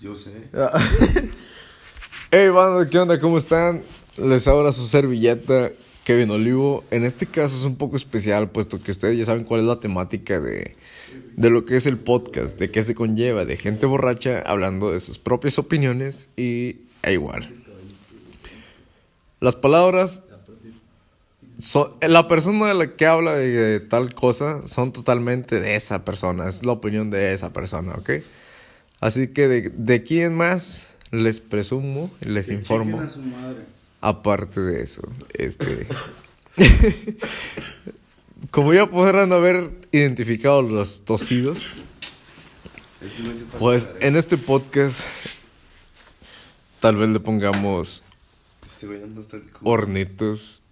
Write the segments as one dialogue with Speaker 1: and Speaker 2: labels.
Speaker 1: Yo sé.
Speaker 2: Ah. Hey, banda, ¿qué onda? ¿Cómo están? Les abra su servilleta, Kevin Olivo. En este caso es un poco especial, puesto que ustedes ya saben cuál es la temática de, de lo que es el podcast, de qué se conlleva, de gente borracha hablando de sus propias opiniones y e igual. Las palabras. son- la persona de la que habla de, de tal cosa son totalmente de esa persona, es la opinión de esa persona, ¿ok? Así que de, de aquí en más les presumo, les
Speaker 1: Que
Speaker 2: informo.
Speaker 1: chequen a su madre.
Speaker 2: Aparte de eso, este. Como ya podrán haber identificado los tosidos,
Speaker 1: Este güey se pasa
Speaker 2: pues
Speaker 1: de verga.
Speaker 2: en este podcast tal vez le pongamos
Speaker 1: Este güey anda hasta el culo.
Speaker 2: hornitos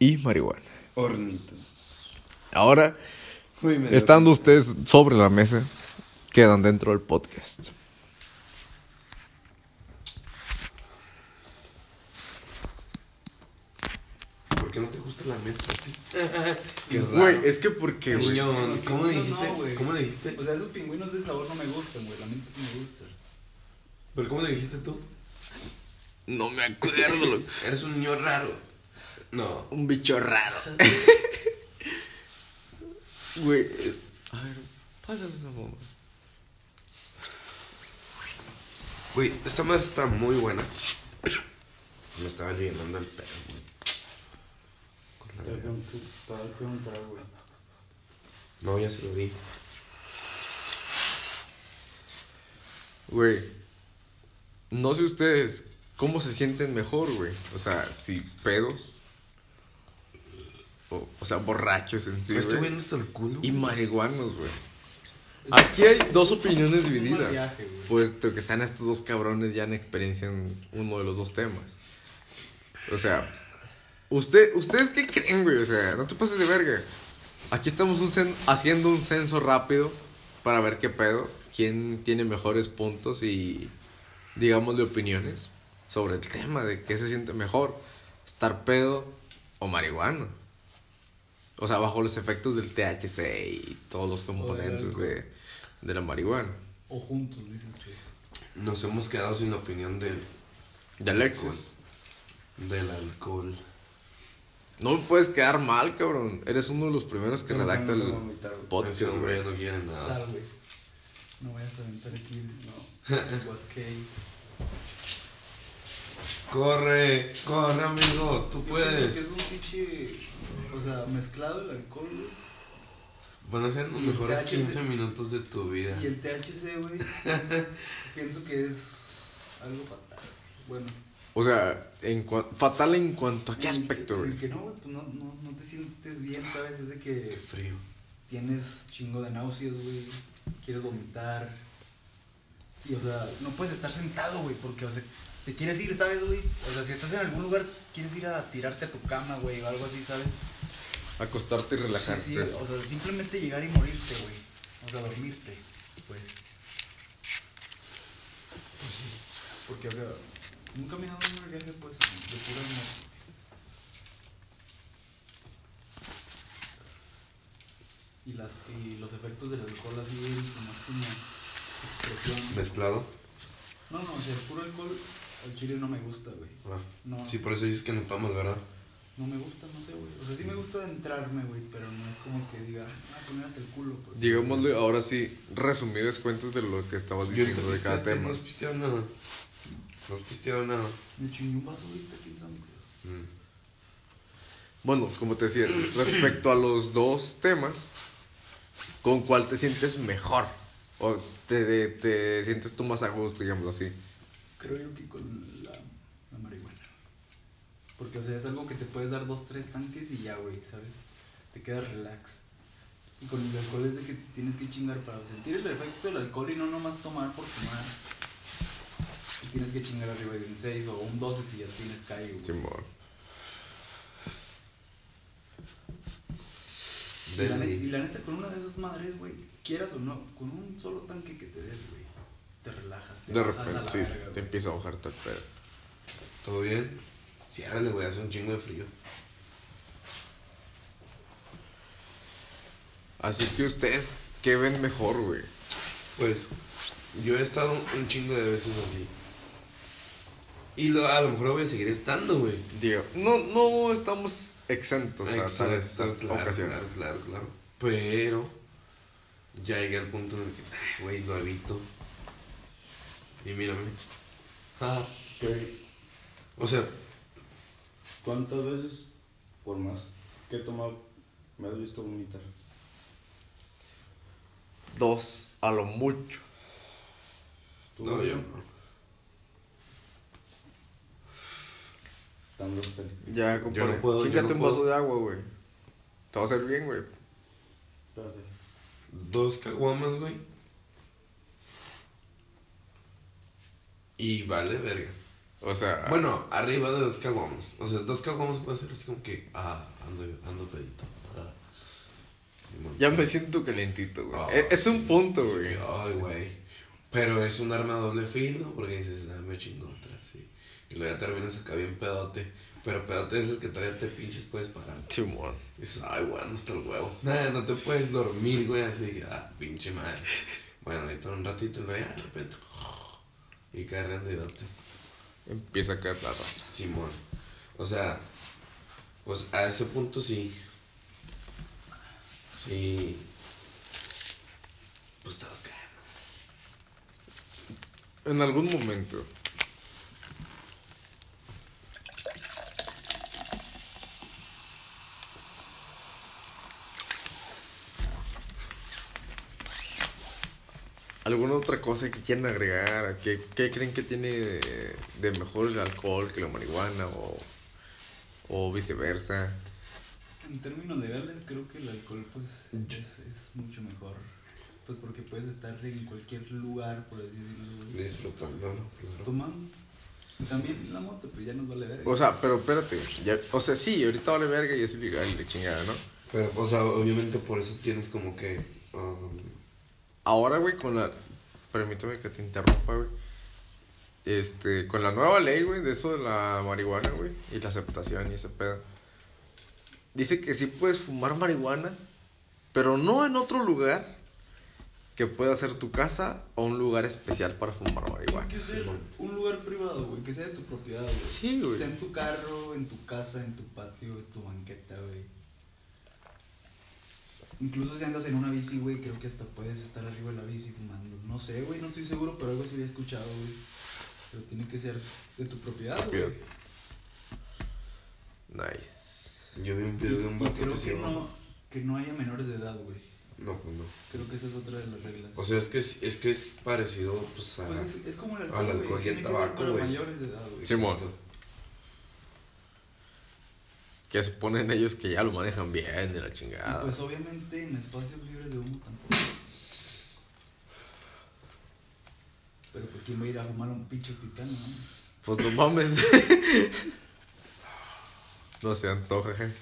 Speaker 2: y marihuana.
Speaker 1: Hornitos.
Speaker 2: Ahora,
Speaker 1: Güey, me dio-
Speaker 2: estando ustedes sobre la mesa, quedan dentro del podcast.
Speaker 3: ¿Por qué no te gusta la meta?
Speaker 1: Qué raro.
Speaker 2: es que porque,
Speaker 3: Niño, ¿cómo le
Speaker 4: No,
Speaker 3: dijiste?
Speaker 4: no, güey.
Speaker 3: ¿Cómo le dijiste?
Speaker 4: O sea, Pues esos pingüinos de sabor no me gustan, güey. La mente sí me gusta.
Speaker 3: ¿Pero cómo le dijiste tú?
Speaker 2: No me acuerdo. loco.
Speaker 3: Eres un niño raro. No.
Speaker 2: Un bicho raro. Güey. eh, A ver, pásame esa bomba.
Speaker 3: Güey, esta madre está muy buena. Me estaba llenando el pelo, güey. Con la verga. No, ya se lo di.
Speaker 2: Güey. No sé ustedes cómo se sienten mejor, güey. O sea, si pedos. O, o sea, borrachos Pues en sí,
Speaker 3: Me estoy
Speaker 2: güey.
Speaker 3: viendo este hasta el culo.
Speaker 2: Y marihuanos, güey. Aquí hay dos opiniones divididas.
Speaker 4: viaje, güey.
Speaker 2: Puesto que están estos dos cabrones ya en experiencia en uno de los dos temas. O sea, usted, ¿ustedes qué creen, güey? O sea, no te pases de verga. Aquí estamos un cen- haciendo un censo rápido para ver qué pedo. ¿Quién tiene mejores puntos y, digamos, de opiniones sobre el tema de qué se siente mejor? ¿Estar pedo o marihuano? O sea, bajo los efectos del THC y todos los componentes
Speaker 4: alcohol.
Speaker 2: de, de la marihuana.
Speaker 4: O juntos, dices que.
Speaker 3: Nos hemos quedado sin la opinión del,
Speaker 2: De Alexis.
Speaker 3: del alcohol.
Speaker 2: No me puedes quedar mal, cabrón. Eres uno de los primeros que
Speaker 4: No, no,
Speaker 2: redacta
Speaker 4: no,
Speaker 2: el
Speaker 4: no, no, no, no.
Speaker 2: podcast,
Speaker 3: Ese hombre
Speaker 2: güey.
Speaker 3: ya no quiere
Speaker 4: Sal,
Speaker 3: nada.
Speaker 4: güey. No vayas a aventar aquí, no. Pues, El guasquey.
Speaker 3: Corre, corre, amigo. Tú
Speaker 4: Yo
Speaker 3: puedes.
Speaker 4: pienso que es un pinche. O sea, mezclado el alcohol, güey.
Speaker 3: Van a ser los
Speaker 4: Y el
Speaker 3: mejores
Speaker 4: THC.
Speaker 3: 15 minutos de tu vida.
Speaker 4: Y el THC, güey. pienso que es algo fatal. Bueno.
Speaker 2: O sea, en cua- fatal en cuanto a qué
Speaker 4: en el que-
Speaker 2: aspecto,
Speaker 4: en
Speaker 2: güey.
Speaker 4: el que no, güey, pues no, no, no te sientes bien, ¿sabes? Es de que
Speaker 3: Qué frío.
Speaker 4: tienes chingo de náuseas, güey, quieres vomitar. Y, o sea, no puedes estar sentado, güey, porque, o sea, te quieres ir, ¿sabes, güey? O sea, si estás en algún lugar, quieres ir a tirarte a tu cama, güey, o algo así, ¿sabes?
Speaker 2: Acostarte y relajarte.
Speaker 4: Sí, sí, o sea, simplemente llegar y morirte, güey. O sea, dormirte, pues. Porque, o sea, nunca me he dado un viaje, pues, de pura emoción. Y, las, y los efectos del alcohol así en su máxima expresión.
Speaker 3: ¿Mezclado?
Speaker 4: No, no, o sea, el puro alcohol al chile no me gusta, güey.
Speaker 3: Ah.
Speaker 4: No,
Speaker 3: Sí, por eso dices que no tomas, ¿verdad?
Speaker 4: no me gusta, no sé, güey. O sea, sí me gusta adentrarme, güey, pero no es como que diga, ah, poner hasta el culo. pues".
Speaker 2: Digámosle ahora sí, resumidas cuentas de lo que estabas diciendo de cada tema.
Speaker 3: No has pisteado nada. No has pisteado nada. Mm,
Speaker 4: Me chingué un vaso ahorita, quién sabe.
Speaker 2: Bueno, como te decía, respecto a los dos temas, ¿con cuál te sientes mejor? ¿O te, te- te sientes tú más a gusto, digámoslo así?
Speaker 4: Creo yo que con la, la marihuana. Porque, o sea, es algo que te puedes dar dos, tres tanques y ya, güey, ¿sabes? Te quedas relax. Y con el alcohol es de que tienes que chingar para sentir el efecto del alcohol y no nomás tomar por tomar. Y tienes que chingar arriba de un 6 o un 12 si ya tienes caído, güey.
Speaker 2: Simón.
Speaker 4: Y la, neta, y
Speaker 3: Deli.
Speaker 4: la neta, con una de esas madres, güey, quieras o no, con un solo tanque que te des, güey, te relajas. Te
Speaker 2: De
Speaker 4: bajas a
Speaker 2: repente,
Speaker 4: la
Speaker 2: sí,
Speaker 4: verga,
Speaker 2: te
Speaker 4: güey.
Speaker 2: empieza a bajar tal pedo.
Speaker 3: ¿Todo bien? Ciérrale, güey, hace un chingo de frío.
Speaker 2: Así que ustedes, ¿qué ven mejor, güey?
Speaker 3: Pues, Yo he estado un chingo de veces así. Y lo- a lo mejor voy a seguir estando, güey.
Speaker 2: Digo, no, no estamos exentos a tales
Speaker 3: Exacto, claro,
Speaker 2: ocasiones.
Speaker 3: Claro, claro, claro. Pero ya llegué al punto en el que, "Ay, güey, lo habito. Y mírame. Ah, O sea,
Speaker 1: ¿Cuántas veces, por más que he tomado, me has visto vomitar?
Speaker 2: Dos a lo mucho.
Speaker 1: ¿Tú,
Speaker 3: no,
Speaker 1: güey?
Speaker 3: yo no.
Speaker 1: Tan brutal.
Speaker 2: Ya, compadre.
Speaker 3: no puedo, yo
Speaker 2: Chíngate
Speaker 3: no
Speaker 2: un
Speaker 3: puedo.
Speaker 2: vaso de agua, güey. Te va a hacer bien, güey.
Speaker 1: Espérate.
Speaker 3: Dos caguamas, güey. Y vale, verga.
Speaker 2: O
Speaker 1: Ah.
Speaker 2: sea,
Speaker 3: Bueno, arriba de dos caguamas. O sea, dos caguamas puede ser así como que, ah, ando, ando pedito. Ah. Simón.
Speaker 2: ya me siento calientito, güey.
Speaker 3: Ah,
Speaker 2: E- es, un punto,
Speaker 3: Sí,
Speaker 2: güey.
Speaker 3: Ay, güey. Pero es un arma de doble filo, porque dices, ah, me chingo otra, sí. Y luego ya terminas acá bien pedote. Pero pedote es el que todavía te pinches, puedes parar.
Speaker 2: Simón.
Speaker 3: Y dices, ay, güey, no está el huevo. Nada, no te puedes dormir, güey, así que, ah, pinche madre. Bueno, ahorita un ratito, y luego ya, de repente. Y cae rendidote.
Speaker 2: Empieza a caer la raza.
Speaker 3: Simón. O sea, pues a ese punto sí. Sí. Pues todos caen.
Speaker 2: En algún momento. ¿Alguna otra cosa que quieran agregar? ¿Qué, qué creen que tiene de, de mejor el alcohol que la marihuana o, o viceversa?
Speaker 4: En términos legales, creo que el alcohol pues es, es mucho mejor. Pues porque puedes estar en cualquier lugar, por así decirlo. güey.
Speaker 3: Disfrutándolo, claro.
Speaker 4: Tomando. También la moto, pues ya nos vale ver.
Speaker 2: Este, O sea, pero espérate. ya- o sea, sí, ahorita vale verga y es ilegal y la chingada, ¿no?
Speaker 3: Pero, o sea, obviamente por eso tienes como que. um,
Speaker 2: Ahora, güey, con la. Permíteme que te interrumpa, güey. Este, con la nueva ley, güey, de eso de la marihuana, güey, y la aceptación y ese pedo. Dice que sí puedes fumar marihuana, pero no en otro lugar que pueda ser tu casa o un lugar especial para fumar marihuana.
Speaker 4: Tiene que ser
Speaker 3: Simón.
Speaker 4: un lugar privado, güey, que sea de tu propiedad, güey.
Speaker 2: Sí, güey.
Speaker 4: Sea en tu carro, en tu casa, en tu patio, en tu banqueta, güey. Incluso si andas en una bici, güey, creo que hasta puedes estar arriba de la bici fumando. No sé, güey, no estoy seguro, pero algo sí había escuchado, güey. Pero tiene que ser de tu propiedad, güey.
Speaker 2: Propiedad. Nice.
Speaker 3: yo vi un
Speaker 4: Y,
Speaker 3: video de un
Speaker 4: y
Speaker 3: vato
Speaker 4: creo
Speaker 3: que se
Speaker 4: que
Speaker 3: llama.
Speaker 4: no, que no haya menores de edad, güey.
Speaker 3: No, pues no.
Speaker 4: Creo que esa es otra de las reglas.
Speaker 3: O sea, es que es, es que es parecido, pues a.
Speaker 4: Pues es, es como
Speaker 3: al
Speaker 4: el alcohol, güey,
Speaker 3: alcohol y
Speaker 4: tiene
Speaker 3: al
Speaker 4: que ser
Speaker 3: tabaco,
Speaker 4: para
Speaker 3: güey.
Speaker 4: mayores de edad, güey.
Speaker 2: Sí. Simón.
Speaker 3: Exacto.
Speaker 2: Que suponen ellos que ya lo manejan bien de la
Speaker 4: Y
Speaker 2: chingada.
Speaker 4: pues obviamente en espacios libres de humo tampoco. Pero pues quién va a ir a fumar a un pinche hospital, ¿no?
Speaker 2: Pues no mames. no se antoja, gente.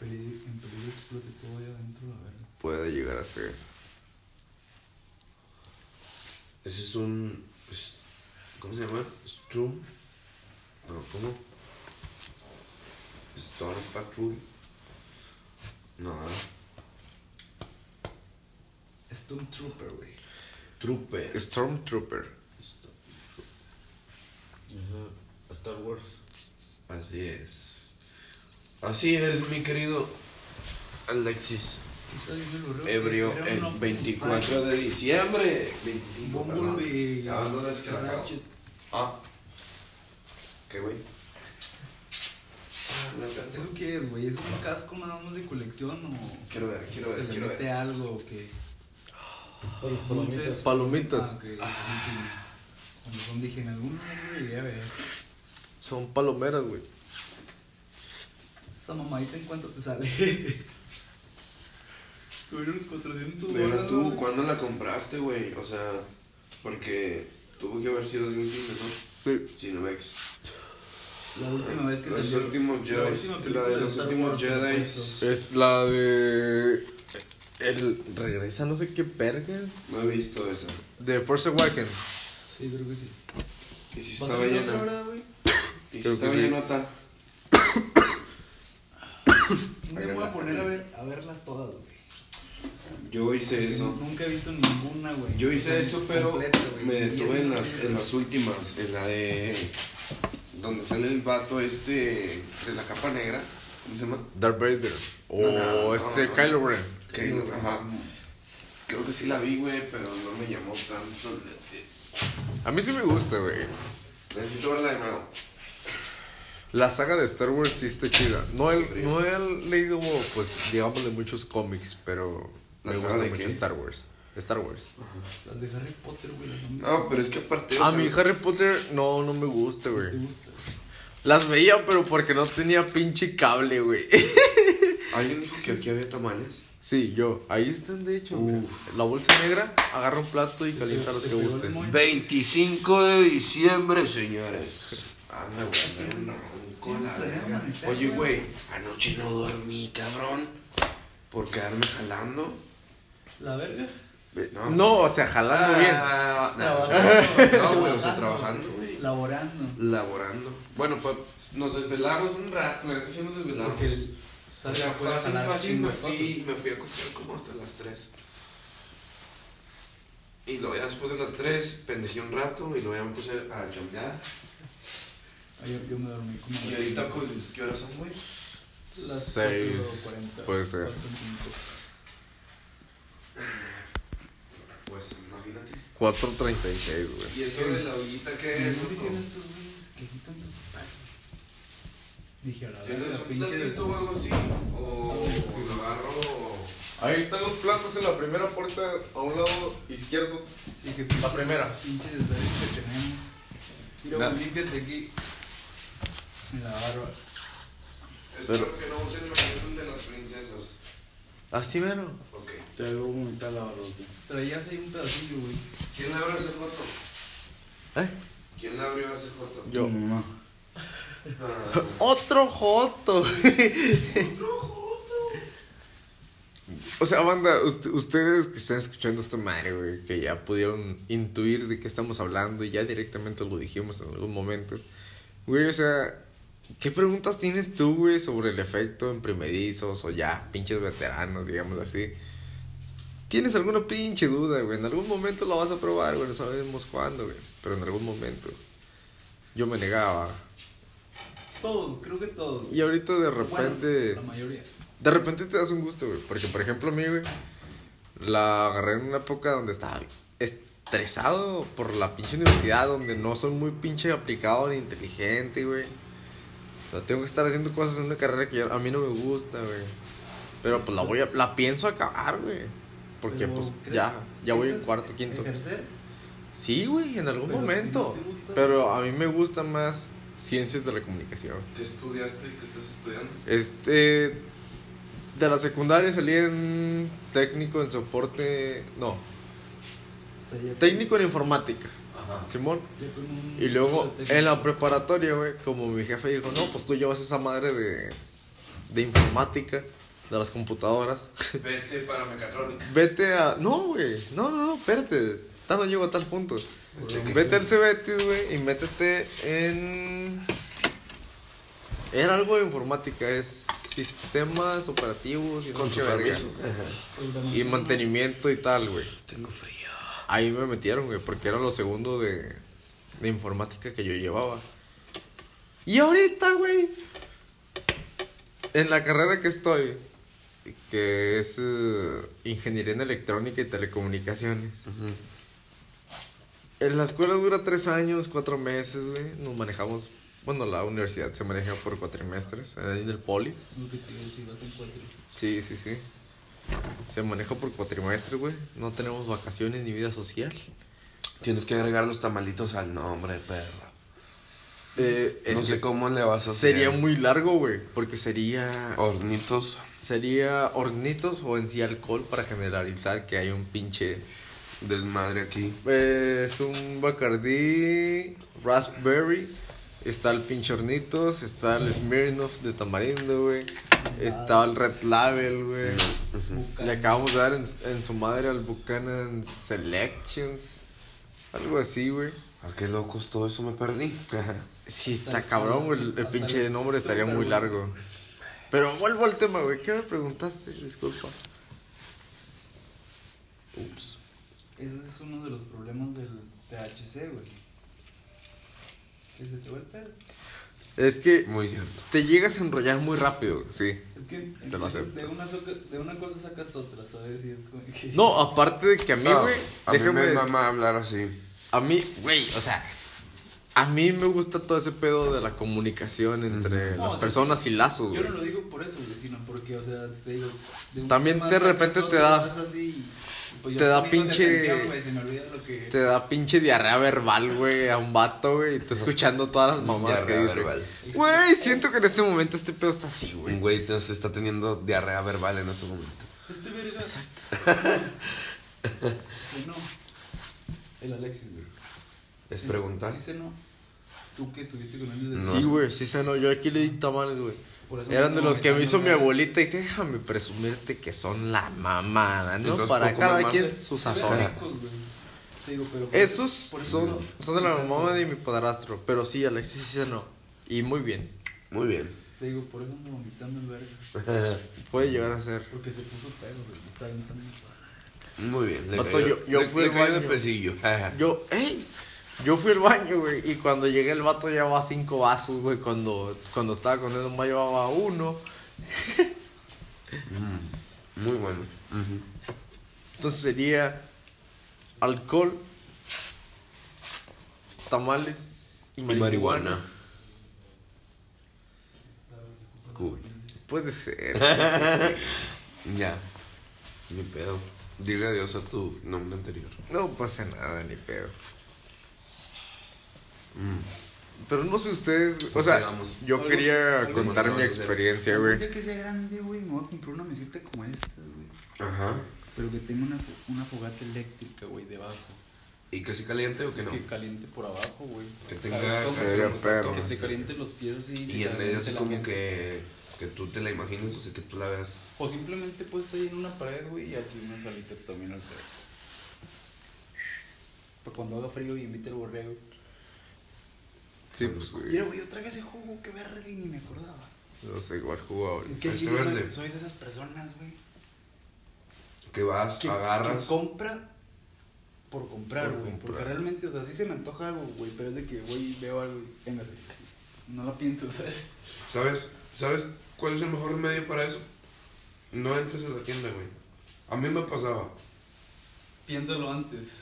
Speaker 4: Peli- En peligro explote todo allá adentro, la verdad.
Speaker 2: Puede llegar a ser.
Speaker 3: Ese es un. es- ¿Cómo se llama? Strum. No, ¿cómo? Storm Patrol. No,
Speaker 4: Stormtrooper, güey.
Speaker 3: Trooper.
Speaker 2: Stormtrooper.
Speaker 3: Storm-
Speaker 1: Ajá. Star Wars.
Speaker 3: Así es. Así es, mi querido Alexis.
Speaker 4: ¿Qué está diciendo el borrego?
Speaker 3: Ebrio
Speaker 4: Era
Speaker 3: el
Speaker 4: uno-
Speaker 3: 24 de diciembre. 25,
Speaker 4: Bumblebee.
Speaker 3: Ya no es que la cago.
Speaker 4: Ratchet.
Speaker 3: Ah. ¿Qué, güey? Ah, me alcancé.
Speaker 4: ¿Eso qué es, güey? ¿Es un casco nada más de colección o
Speaker 3: Quiero ver, quiero
Speaker 4: se
Speaker 3: ver,
Speaker 4: le
Speaker 3: quiero
Speaker 4: mete
Speaker 3: ver.
Speaker 4: algo o qué?
Speaker 1: Entonces,
Speaker 2: Palomitas.
Speaker 4: Ah, ok, sí, sí, sí. Cuando son dije en algún momento llegué a ver.
Speaker 2: Son palomeras, güey.
Speaker 4: Esa mamadita en cuanto te sale. Tuvieron 400
Speaker 3: Pero
Speaker 4: dólares.
Speaker 3: tú,
Speaker 4: güey.
Speaker 3: ¿cuándo la compraste, güey? O sea, porque tuvo que haber sido de un cine, ¿no?
Speaker 2: Sí.
Speaker 3: Cinemex.
Speaker 4: La última vez que
Speaker 3: Los
Speaker 4: salió.
Speaker 3: últimos
Speaker 4: la
Speaker 3: Jedi.
Speaker 4: última
Speaker 3: La
Speaker 4: película
Speaker 3: de los
Speaker 4: Star
Speaker 3: últimos
Speaker 4: Wars, por
Speaker 3: Jedi.
Speaker 4: supuesto.
Speaker 2: Es la de. El regresa, no sé qué perga.
Speaker 3: No he visto esa.
Speaker 2: De Force Awakens.
Speaker 4: Sí, creo que sí.
Speaker 3: Y si
Speaker 4: ¿Va a
Speaker 3: estaba
Speaker 4: salir otra
Speaker 3: llena.
Speaker 4: hora, güey?
Speaker 3: Y si
Speaker 2: Creo que
Speaker 3: estaba
Speaker 2: sí.
Speaker 3: llena, está.
Speaker 4: Me voy a poner a ver, a verlas todas, güey.
Speaker 3: Yo hice eso.
Speaker 4: Nunca he visto ninguna, güey.
Speaker 3: Yo hice eso, pero
Speaker 4: Completa, güey.
Speaker 3: me detuve en
Speaker 4: Y es-
Speaker 3: las, en las últimas, en la de... Donde sale el vato este de la capa negra, ¿cómo se llama?
Speaker 2: Darth Vader. O
Speaker 3: No, no, no,
Speaker 2: este
Speaker 3: no.
Speaker 2: Kylo Ren.
Speaker 3: Que, ajá, creo que sí la vi, güey, pero no me llamó tanto.
Speaker 2: A mí sí me gusta, güey.
Speaker 3: Necesito verla de nuevo.
Speaker 2: La saga de Star Wars sí está chida. No he, no he leído, pues, digamos, de muchos cómics, pero
Speaker 3: ¿La
Speaker 2: me
Speaker 3: saga
Speaker 2: gusta
Speaker 3: de
Speaker 2: mucho
Speaker 3: qué?
Speaker 2: Star Wars. Star Wars.
Speaker 4: Las de Harry Potter, güey. Las han visto.
Speaker 3: No, pero es que aparte... o
Speaker 2: A
Speaker 3: sea,
Speaker 2: mí Harry Potter no, no me gusta,
Speaker 4: ¿Te
Speaker 2: güey.
Speaker 4: gusta?
Speaker 2: Las veía, pero porque no tenía pinche cable, güey.
Speaker 3: Alguien dijo que aquí había tamales.
Speaker 2: Sí, yo. Ahí están, de hecho. mira.
Speaker 3: Uf.
Speaker 2: La bolsa negra, agarra un plato y calienta los que gustes.
Speaker 3: 25 de diciembre, señores. Anda, güey, anda, un ronco, la
Speaker 4: Todavía
Speaker 3: verga.
Speaker 4: amanecer,
Speaker 3: Oye,
Speaker 4: güey.
Speaker 3: güey, anoche no dormí, cabrón. Por quedarme jalando.
Speaker 4: La verga.
Speaker 3: No,
Speaker 2: No, o sea, jalando bien.
Speaker 3: Ah,
Speaker 4: Trabajando.
Speaker 3: No, güey, o sea, trabajando, güey.
Speaker 4: Laborando.
Speaker 3: Laborando. Bueno, pues nos desvelamos un rato, la neta sí nos desvelamos.
Speaker 4: Porque el.
Speaker 3: O
Speaker 4: sale
Speaker 3: sea,
Speaker 4: afuera a
Speaker 3: fácil,
Speaker 4: jalar
Speaker 3: fácil
Speaker 4: chingo
Speaker 3: me
Speaker 4: de cosas.
Speaker 3: fui, me fui a acostar como hasta las 3. Y luego ya después de las 3 pendejé un rato y luego ya me puse a chambear.
Speaker 4: Ayer Ah, yo me dormí como.
Speaker 3: Y ahorita, pues, ¿qué horas son, güey?
Speaker 4: Las
Speaker 2: Seis,
Speaker 4: 4:40,
Speaker 2: puede ser.
Speaker 4: 4:45.
Speaker 3: Pues, imagínate.
Speaker 2: 4.36, güey.
Speaker 3: ¿Y eso de la ollita que es?
Speaker 4: ¿Qué
Speaker 3: loco?
Speaker 4: dicen estos güeyes? ¿Qué quitan tus papás? Dije, a la verga,
Speaker 3: ¿Tienes
Speaker 4: la
Speaker 3: un
Speaker 4: pinche de
Speaker 3: platito o
Speaker 4: tu...
Speaker 3: algo así? ¿O lo agarro?
Speaker 2: Ahí están los platos en la primera puerta, a un lado izquierdo.
Speaker 4: Dije, pinche,
Speaker 2: La primera.
Speaker 4: pinche desmadre que tenemos. Mira,
Speaker 2: Da.
Speaker 4: güey, límpiate aquí. En la barba.
Speaker 3: Espero
Speaker 2: Pero-
Speaker 3: que no usen el de las princesas.
Speaker 2: Así mero.
Speaker 3: Ok.
Speaker 1: Te hago vomitar la barroca.
Speaker 4: Traías ahí un pedacillo, güey.
Speaker 3: ¿Quién le abrió ese foto?
Speaker 2: ¿Eh?
Speaker 3: ¿Quién le abrió ese foto?
Speaker 2: Yo.
Speaker 1: Mi mamá.
Speaker 3: Ah.
Speaker 2: Otro joto. O sea, banda, ust- ustedes que están escuchando esta madre, güey, que ya pudieron intuir de qué estamos hablando y ya directamente lo dijimos en algún momento. Güey, o sea, ¿qué preguntas tienes tú, güey, sobre el efecto en primerizos o ya pinches veteranos, digamos así? ¿Tienes alguna pinche duda, güey? En algún momento la vas a probar, güey, no sabemos cuándo, güey, pero en algún momento. Yo me negaba.
Speaker 4: Todo, creo que todo.
Speaker 2: Y ahorita de
Speaker 4: Bueno,
Speaker 2: repente.
Speaker 4: la mayoría.
Speaker 2: De repente te das un gusto, güey. Porque, por ejemplo, a mí, güey, la agarré en una época donde estaba estresado por la pinche universidad, donde no soy muy pinche aplicado ni inteligente, güey. O sea, tengo que estar haciendo cosas en una carrera que yo- a mí no me gusta, güey. Pero pues la voy a, la pienso acabar, güey. Porque
Speaker 4: Pero,
Speaker 2: pues
Speaker 4: ¿crees-
Speaker 2: ya, ya voy en
Speaker 4: piensas
Speaker 2: cuarto, quinto.
Speaker 4: ¿Ejercer?
Speaker 2: Sí, güey, en algún
Speaker 4: Pero si
Speaker 2: momento.
Speaker 4: no te gusta.
Speaker 2: Pero a mí me gusta más ciencias de la comunicación.
Speaker 3: ¿Qué estudiaste y qué estás estudiando?
Speaker 2: Este. De la secundaria salí en técnico en soporte. No,
Speaker 4: O sea, ya-
Speaker 2: técnico en informática,
Speaker 3: Ajá.
Speaker 2: Simón.
Speaker 4: ya con un-
Speaker 2: Y luego
Speaker 4: técnico.
Speaker 2: en la preparatoria, güey, como mi jefe dijo, no, pues tú llevas esa madre de, de informática, de las computadoras.
Speaker 3: Vete para mecatrónica.
Speaker 2: Vete a. No, güey, no, no, no, espérate, tal no llego a tal punto. Vete al Cebetis, güey, y métete en. Era algo de informática, es sistemas operativos y no sé qué verga.
Speaker 4: Programación,
Speaker 2: Y mantenimiento y tal, güey.
Speaker 3: Tengo frío.
Speaker 2: Ahí me metieron, güey, porque era lo segundo de, de informática que yo llevaba. Y ahorita, güey, en la carrera que estoy, que es eh, ingeniería en electrónica y telecomunicaciones. En la escuela dura tres años, cuatro meses, güey. Nos manejamos, bueno, la universidad se maneja por cuatrimestres, ahí en el poli.
Speaker 4: ¿no? Lo que te iba a decir, vas en cuatro.
Speaker 2: Sí, sí, sí. Se maneja por cuatrimestres, güey. No tenemos vacaciones ni vida social.
Speaker 3: Tienes que agregar los tamalitos al nombre, perro.
Speaker 2: Eh, es
Speaker 3: no sé
Speaker 2: que
Speaker 3: cómo le vas a hacer.
Speaker 2: sería muy largo, güey. Porque sería.
Speaker 3: Hornitos.
Speaker 2: Sería hornitos o en sí alcohol para generalizar que hay un pinche.
Speaker 3: Desmadre aquí.
Speaker 2: eh, es un Bacardí, Raspberry. Está el pinche hornitos. Está el Smirnoff de tamarindo, güey. Está el Red Label, güey.
Speaker 4: Bucan-
Speaker 2: Le acabamos de dar en, en su madre al Buchanan Selections. Algo así, güey.
Speaker 3: ¿A qué locos todo eso me perdí?
Speaker 2: Sí, está
Speaker 4: Tal-
Speaker 2: cabrón, güey.
Speaker 4: tal-
Speaker 2: El, el
Speaker 4: tal-
Speaker 2: pinche
Speaker 4: tal-
Speaker 2: nombre estaría
Speaker 4: tal-
Speaker 2: muy
Speaker 4: tal-
Speaker 2: largo. Pero vuelvo al tema, güey. ¿Qué me preguntaste? Disculpa. Ups.
Speaker 4: Ese es uno de los problemas del THC, güey. Que se te va el pedo.
Speaker 2: Es que
Speaker 3: Muy cierto.
Speaker 2: te llegas a enrollar muy rápido, sí.
Speaker 4: Es que
Speaker 2: Te lo acepto.
Speaker 4: de, una soca- de una cosa sacas otra, ¿sabes? Y es como que...
Speaker 2: No, aparte de que a mí,
Speaker 3: No,
Speaker 2: güey,
Speaker 3: Ah, a mí
Speaker 2: déjame
Speaker 3: me
Speaker 2: des-
Speaker 3: mama hablar así.
Speaker 2: A mí, güey, o sea, a mí me gusta todo ese pedo de la comunicación entre
Speaker 4: Ujú. No, o
Speaker 2: las
Speaker 4: sea,
Speaker 2: personas y lazos,
Speaker 4: Yo
Speaker 2: güey.
Speaker 4: no lo digo por eso, güey, sino porque, o sea, te digo... un
Speaker 2: También
Speaker 4: tema
Speaker 2: de
Speaker 4: sacas
Speaker 2: repente te
Speaker 4: otro,
Speaker 2: da-
Speaker 4: vas así y, pues, yo
Speaker 2: te da
Speaker 4: estoy poniendo
Speaker 2: pinche-
Speaker 4: atención, güey, se me olvida lo que...
Speaker 2: Te da pinche diarrea verbal, güey, a un vato, güey, y tú escuchando todas las mamadas que
Speaker 3: Diarrea
Speaker 2: dice.
Speaker 3: verbal.
Speaker 2: Güey, siento que en este momento este pedo está así,
Speaker 3: Un
Speaker 2: güey.
Speaker 3: güey entonces está teniendo diarrea verbal en este momento.
Speaker 4: Este verga... Exacto. no. El Alexis, güey.
Speaker 3: Es
Speaker 4: Sí,
Speaker 3: preguntar.
Speaker 4: Sí, se no. Tú que estuviste con él desde...
Speaker 3: No.
Speaker 2: Sí, güey, sí sanó. Yo aquí le di tamales, güey.
Speaker 4: Por eso
Speaker 2: Eran de
Speaker 4: no,
Speaker 2: los que me
Speaker 4: no,
Speaker 2: hizo
Speaker 4: no,
Speaker 2: mi
Speaker 4: no.
Speaker 2: abuelita y déjame presumirte que son la mamada, ¿no?
Speaker 3: Entonces,
Speaker 2: Para
Speaker 3: ¿puedo comer
Speaker 2: cada
Speaker 3: más?
Speaker 2: quien su
Speaker 4: Saben
Speaker 2: sazón.
Speaker 4: ricos, güey. Te digo, pero por eso-
Speaker 2: Esos
Speaker 4: por eso
Speaker 2: son,
Speaker 4: no-
Speaker 2: son de la mamá de mi padrastro, pero sí, Alexis sí sanó. Y muy bien.
Speaker 3: Muy bien.
Speaker 4: Te digo, por eso ando vomitando el verga.
Speaker 2: Puede llegar a ser.
Speaker 4: Porque se puso pedo, güey. me Está vomitando.
Speaker 3: Muy bien.
Speaker 2: Vato,
Speaker 3: cayó-
Speaker 2: yo- yo
Speaker 3: le-
Speaker 2: fui
Speaker 3: le
Speaker 2: al
Speaker 3: cayó de
Speaker 2: baño.
Speaker 3: pesillo.
Speaker 2: Yo, ¡ey! Yo fui al baño, güey, y cuando llegué el vato llevaba cinco vasos, güey, cuando, cuando estaba con él nomás llevaba uno.
Speaker 3: Mm, Muy bueno. Ujú.
Speaker 2: Entonces sería alcohol, tamales y marihuana.
Speaker 3: Cool.
Speaker 2: Puede ser.
Speaker 3: Ya. Ni pedo. Dile adiós a tu nombre anterior.
Speaker 2: No pasa nada, ni pedo.
Speaker 3: Mm.
Speaker 2: Pero no sé ustedes, güey. O
Speaker 3: Pues
Speaker 2: sea,
Speaker 3: digamos,
Speaker 2: yo
Speaker 4: algo-
Speaker 2: quería
Speaker 4: algo
Speaker 2: contar
Speaker 3: como
Speaker 2: mi
Speaker 3: lo vamos a hacer.
Speaker 2: experiencia,
Speaker 4: Un
Speaker 2: güey.
Speaker 4: día que sea grande, güey, me voy a comprar una mesita como esta, güey.
Speaker 3: Ajá.
Speaker 4: Pero que tenga una, fo- una fogata eléctrica, güey, debajo.
Speaker 3: ¿Y que sí caliente o que no?
Speaker 4: Que caliente por abajo, güey.
Speaker 3: Que tenga-
Speaker 4: Claro,
Speaker 3: que
Speaker 2: Sería
Speaker 3: tenga-
Speaker 2: perro.
Speaker 4: Que te caliente los pies así. se
Speaker 3: Y en
Speaker 4: te
Speaker 3: medio
Speaker 4: caliente
Speaker 3: así
Speaker 4: la
Speaker 3: como
Speaker 4: mente.
Speaker 3: que, que tú te la imagines, o sea, que tú la veas.
Speaker 4: O simplemente puesta ahí en una pared, güey, y así una salita también al pedo. Pero Pues, cuando haga frío y invite el borrego.
Speaker 2: Sí, pues, güey.
Speaker 4: Mira, güey, yo traje ese jugo, que verga, y ni me acordaba.
Speaker 2: No sé, igual jugó ahorita.
Speaker 4: Es que al
Speaker 3: Está
Speaker 4: chile soy,
Speaker 3: grande.
Speaker 4: soy de esas personas, güey.
Speaker 3: Que vas,
Speaker 4: Que,
Speaker 3: agarras.
Speaker 4: que compra por comprar,
Speaker 2: Por
Speaker 4: güey. Porque
Speaker 2: comprar.
Speaker 4: realmente, o sea, sí se me antoja algo, güey, pero es de que, güey, veo algo y téngase. No lo pienso, ¿sabes?
Speaker 3: ¿Sabes? ¿Sabes cuál es el mejor remedio para eso? No entres a la tienda, güey. A mí me pasaba.
Speaker 4: Piénsalo antes.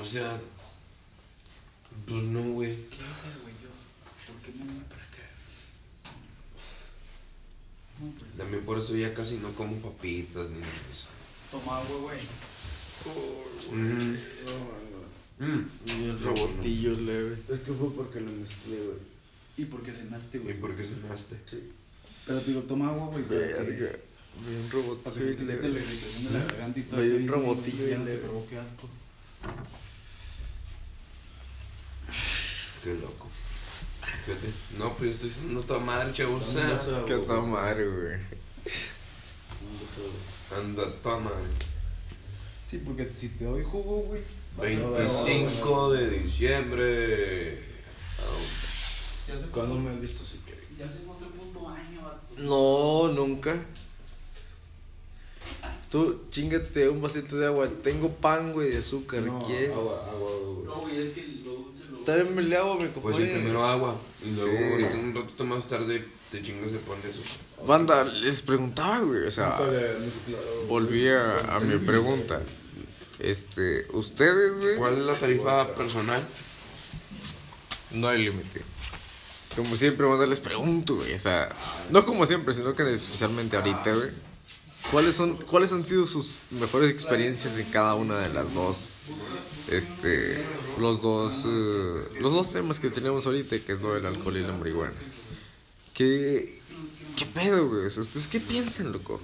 Speaker 3: O sea, pues no, güey.
Speaker 4: ¿Qué voy a hacer, güey, yo? ¿Por qué me voy para acá? No, pues,
Speaker 3: También por eso ya casi no como papitas ni nada de eso.
Speaker 4: toma agua, güey.
Speaker 3: Mm. Mm.
Speaker 2: Y el rebotillo leve.
Speaker 1: Es que fue porque lo mezclé, güey.
Speaker 4: ¿Y por qué cenaste,
Speaker 3: ¿Y
Speaker 4: güey?
Speaker 3: por qué cenaste?
Speaker 4: Pero te digo, toma agua, güey. para que-
Speaker 2: Verga. Vi un
Speaker 4: para
Speaker 2: rebotillo
Speaker 4: que se
Speaker 2: y
Speaker 4: te quite la
Speaker 2: leve.
Speaker 4: irritación de la garganta y todo
Speaker 2: Güey,
Speaker 4: eso,
Speaker 2: un
Speaker 4: y-
Speaker 2: robotillo
Speaker 4: y
Speaker 2: y
Speaker 4: ya no te
Speaker 2: leve.
Speaker 4: provoque asco.
Speaker 3: Qué loco. Fíjate. No, pero yo estoy siendo toda madre, chavos.
Speaker 2: Qué toda madre, güey.
Speaker 3: Anda, toda madre.
Speaker 4: Sí, porque si te doy jugo, güey. vas a-
Speaker 3: 25 de diciembre. Ah,
Speaker 4: Ya se fue-
Speaker 1: Cuando me has visto así que?
Speaker 4: Ya se fue otro puto año, vato.
Speaker 2: No, nunca. Tú, chingate un vasito de agua. Tengo pan, güey, de azúcar.
Speaker 1: No,
Speaker 2: ¿Quieres?
Speaker 1: agua, agua, agua,
Speaker 4: No,
Speaker 1: güey.
Speaker 4: güey, es que lo dulce lo.
Speaker 2: Tráeme el agua, mi compadre.
Speaker 3: Pues el primero agua. Y luego
Speaker 2: Sí.
Speaker 3: ahorita un ratito más tarde te chingas de pan de eso.
Speaker 2: Banda, les preguntaba, güey, o sea,
Speaker 1: Nunca le- nunca-
Speaker 2: Ah. volví a, a mi pregunta. Este, ustedes, güey,
Speaker 3: ¿Cuál es la tarifa personal?
Speaker 2: no hay límite. Como siempre, banda, les pregunto, güey, o sea, no como siempre, sino que especialmente ahorita, güey. ¿Cuáles son cuáles han sido sus mejores experiencias en cada una de las dos este los dos eh, los dos temas que tenemos ahorita, que es lo del alcohol y la marihuana? ¿Qué qué pedo, güey? O sea, ¿ustedes qué piensan, loco?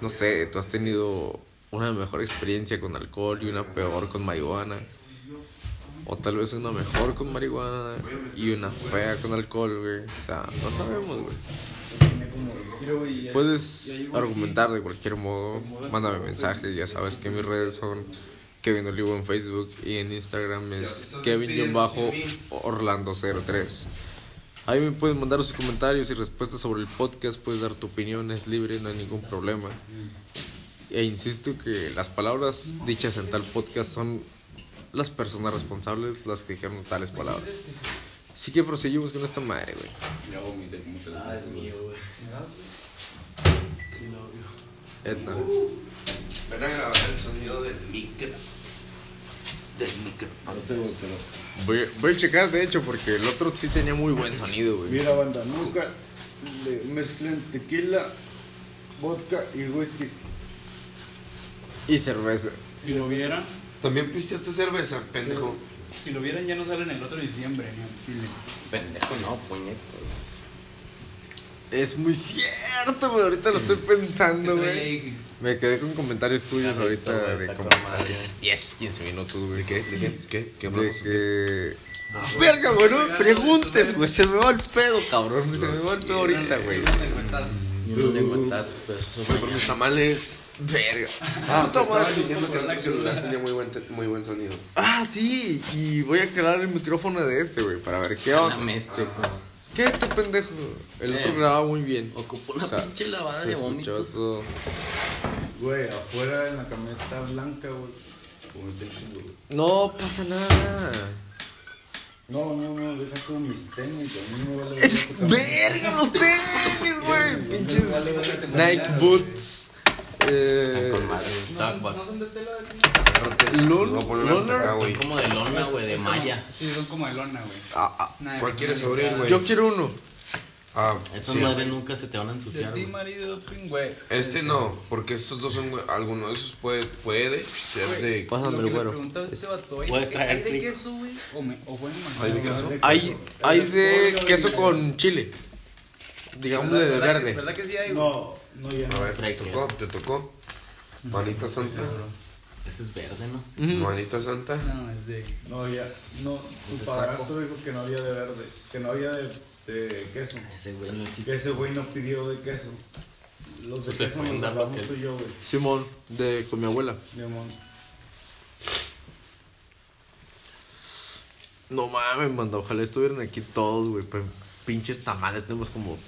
Speaker 2: No sé, tú has tenido una mejor experiencia con alcohol y una peor con marihuana. O tal vez una mejor con marihuana y una fea con alcohol, güey. O sea, no sabemos, güey.
Speaker 4: Mira, güey, ya- ya
Speaker 2: Puedes
Speaker 4: llegó
Speaker 2: argumentar de cualquier modo. Mándame mensaje, ya sabes que mis redes son Kevin Olivo en Facebook y en Instagram es Kevin-Orlando03. Ahí me pueden mandar sus comentarios y respuestas sobre el podcast, puedes dar tu opinión, es libre, no hay ningún problema. E insisto que las palabras dichas en tal podcast son las personas responsables las que dijeron tales palabras. Así que proseguimos con esta madre, güey.
Speaker 1: Ya vomité como tres
Speaker 5: Ah, es
Speaker 1: veces, güey.
Speaker 5: mío, güey. Sí, lo obvio.
Speaker 2: Etna.
Speaker 3: Ven a grabar el sonido del micro. Del micro.
Speaker 1: No sé, güey, pero-
Speaker 2: Voy, voy a checar, de hecho, porque el otro sí tenía muy buen sonido, güey.
Speaker 1: Mira, banda, nunca le mezclen tequila, vodka y whisky.
Speaker 2: Y cerveza.
Speaker 5: Si lo vieran,
Speaker 3: También pisteaste cerveza, pendejo.
Speaker 5: si lo vieran ya no salen el otro diciembre, ni al chile.
Speaker 6: Pendejo, no, puñet.
Speaker 2: Es muy cierto, güey. Ahorita lo estoy pensando,
Speaker 5: ¿Qué
Speaker 2: güey.
Speaker 5: trae?
Speaker 2: Me quedé con comentarios tuyos
Speaker 6: Carrito,
Speaker 2: ahorita
Speaker 6: güey,
Speaker 2: de
Speaker 6: está
Speaker 2: como
Speaker 6: con madre.
Speaker 2: casi 10, 15 minutos, güey.
Speaker 3: ¿De qué? ¿Qué? ¿Qué
Speaker 2: De
Speaker 3: hablamos?
Speaker 2: que. Verga, güey, no me preguntes, güey. Se me va el pedo, cabrón. Se me va el pedo ahorita, güey.
Speaker 5: Te cuentas.
Speaker 6: Yo no tengo guantazos, pero eso
Speaker 3: Fue por mis tamales.
Speaker 2: Verga.
Speaker 3: Ah,
Speaker 2: Puta
Speaker 3: estabas
Speaker 2: madre.
Speaker 3: diciendo que el celular tenía muy buen, te- muy buen sonido.
Speaker 2: Ah, sí. Y voy a aclarar el micrófono de este, güey, para ver qué onda.
Speaker 6: Sálame este, güey.
Speaker 2: ¿Qué este pendejo? El otro
Speaker 6: Eh.
Speaker 2: grababa muy bien.
Speaker 6: Ocupó una
Speaker 2: O sea,
Speaker 6: pinche lavada
Speaker 2: Se
Speaker 6: de
Speaker 2: escuchó
Speaker 6: vómitos.
Speaker 2: todo.
Speaker 1: Güey, afuera en la camioneta blanca, güey. Vomité un chingo, güey.
Speaker 2: No pasa nada.
Speaker 1: No, no, no, deja como mis tenis, a mí me vale verga
Speaker 2: Es
Speaker 1: tu camioneta.
Speaker 2: verga los tenis, güey. Pinches
Speaker 4: Vale, vale, te
Speaker 2: Nike
Speaker 4: mandaron,
Speaker 2: Boots. Eh,
Speaker 6: Con madre, güey.
Speaker 4: No,
Speaker 6: Dog
Speaker 4: son- no
Speaker 6: bag.
Speaker 4: son de tela,
Speaker 2: Lon-
Speaker 3: Lo voy a poner hasta
Speaker 2: Loner.
Speaker 3: acá,
Speaker 6: Son
Speaker 3: Ah, güey.
Speaker 6: como de lona, güey, de malla.
Speaker 5: Sí, son como de lona, güey.
Speaker 2: Ah, ah,
Speaker 5: Nada,
Speaker 3: ¿Cuál quieres
Speaker 5: nada,
Speaker 3: abrir,
Speaker 5: nada.
Speaker 3: güey?
Speaker 2: yo quiero uno.
Speaker 3: Ah,
Speaker 6: Esas
Speaker 3: sí.
Speaker 6: madres nunca se te van a
Speaker 5: De
Speaker 6: ensuciar,
Speaker 5: ti,
Speaker 6: güey.
Speaker 5: marido, pingüe.
Speaker 3: Este no, porque estos dos son, güey, alguno de esos puede, puede ser de...
Speaker 2: Pásame
Speaker 5: Lo
Speaker 2: el
Speaker 5: que le
Speaker 2: güero.
Speaker 5: preguntaba a este vato, oye,
Speaker 6: Puede
Speaker 5: ¿hay
Speaker 6: traer
Speaker 5: de
Speaker 6: trigo.
Speaker 5: queso, güey? O, me- o bueno,
Speaker 3: Hay de queso.
Speaker 2: Hay, hay de queso con chile. Digamos de
Speaker 4: ¿Verdad-
Speaker 2: verde.
Speaker 4: ¿Verdad que sí hay, güey?
Speaker 1: No, no, ya
Speaker 3: A
Speaker 1: no.
Speaker 3: ver, te
Speaker 6: Trae
Speaker 3: tocó,
Speaker 6: queso.
Speaker 3: te tocó. Manita santa.
Speaker 6: Ese es verde, ¿no?
Speaker 2: Ujú.
Speaker 3: Manita santa.
Speaker 5: No, es de.
Speaker 1: No, ya, no.
Speaker 3: Pues
Speaker 1: Tu padrastro dijo que no había de verde, que no había de, de queso.
Speaker 6: Ese güey no sí.
Speaker 1: Que ese güey no pidió de queso. Los de
Speaker 6: Pues se
Speaker 1: queso
Speaker 6: pueden
Speaker 1: nos
Speaker 6: dar lo
Speaker 1: hablamos
Speaker 6: que-
Speaker 1: tú y yo, güey.
Speaker 2: Simón, de con mi abuela.
Speaker 1: Mi amor.
Speaker 2: No mames, manda. Ojalá estuvieran aquí todos, güey. pa- Pinches tamales. Tenemos como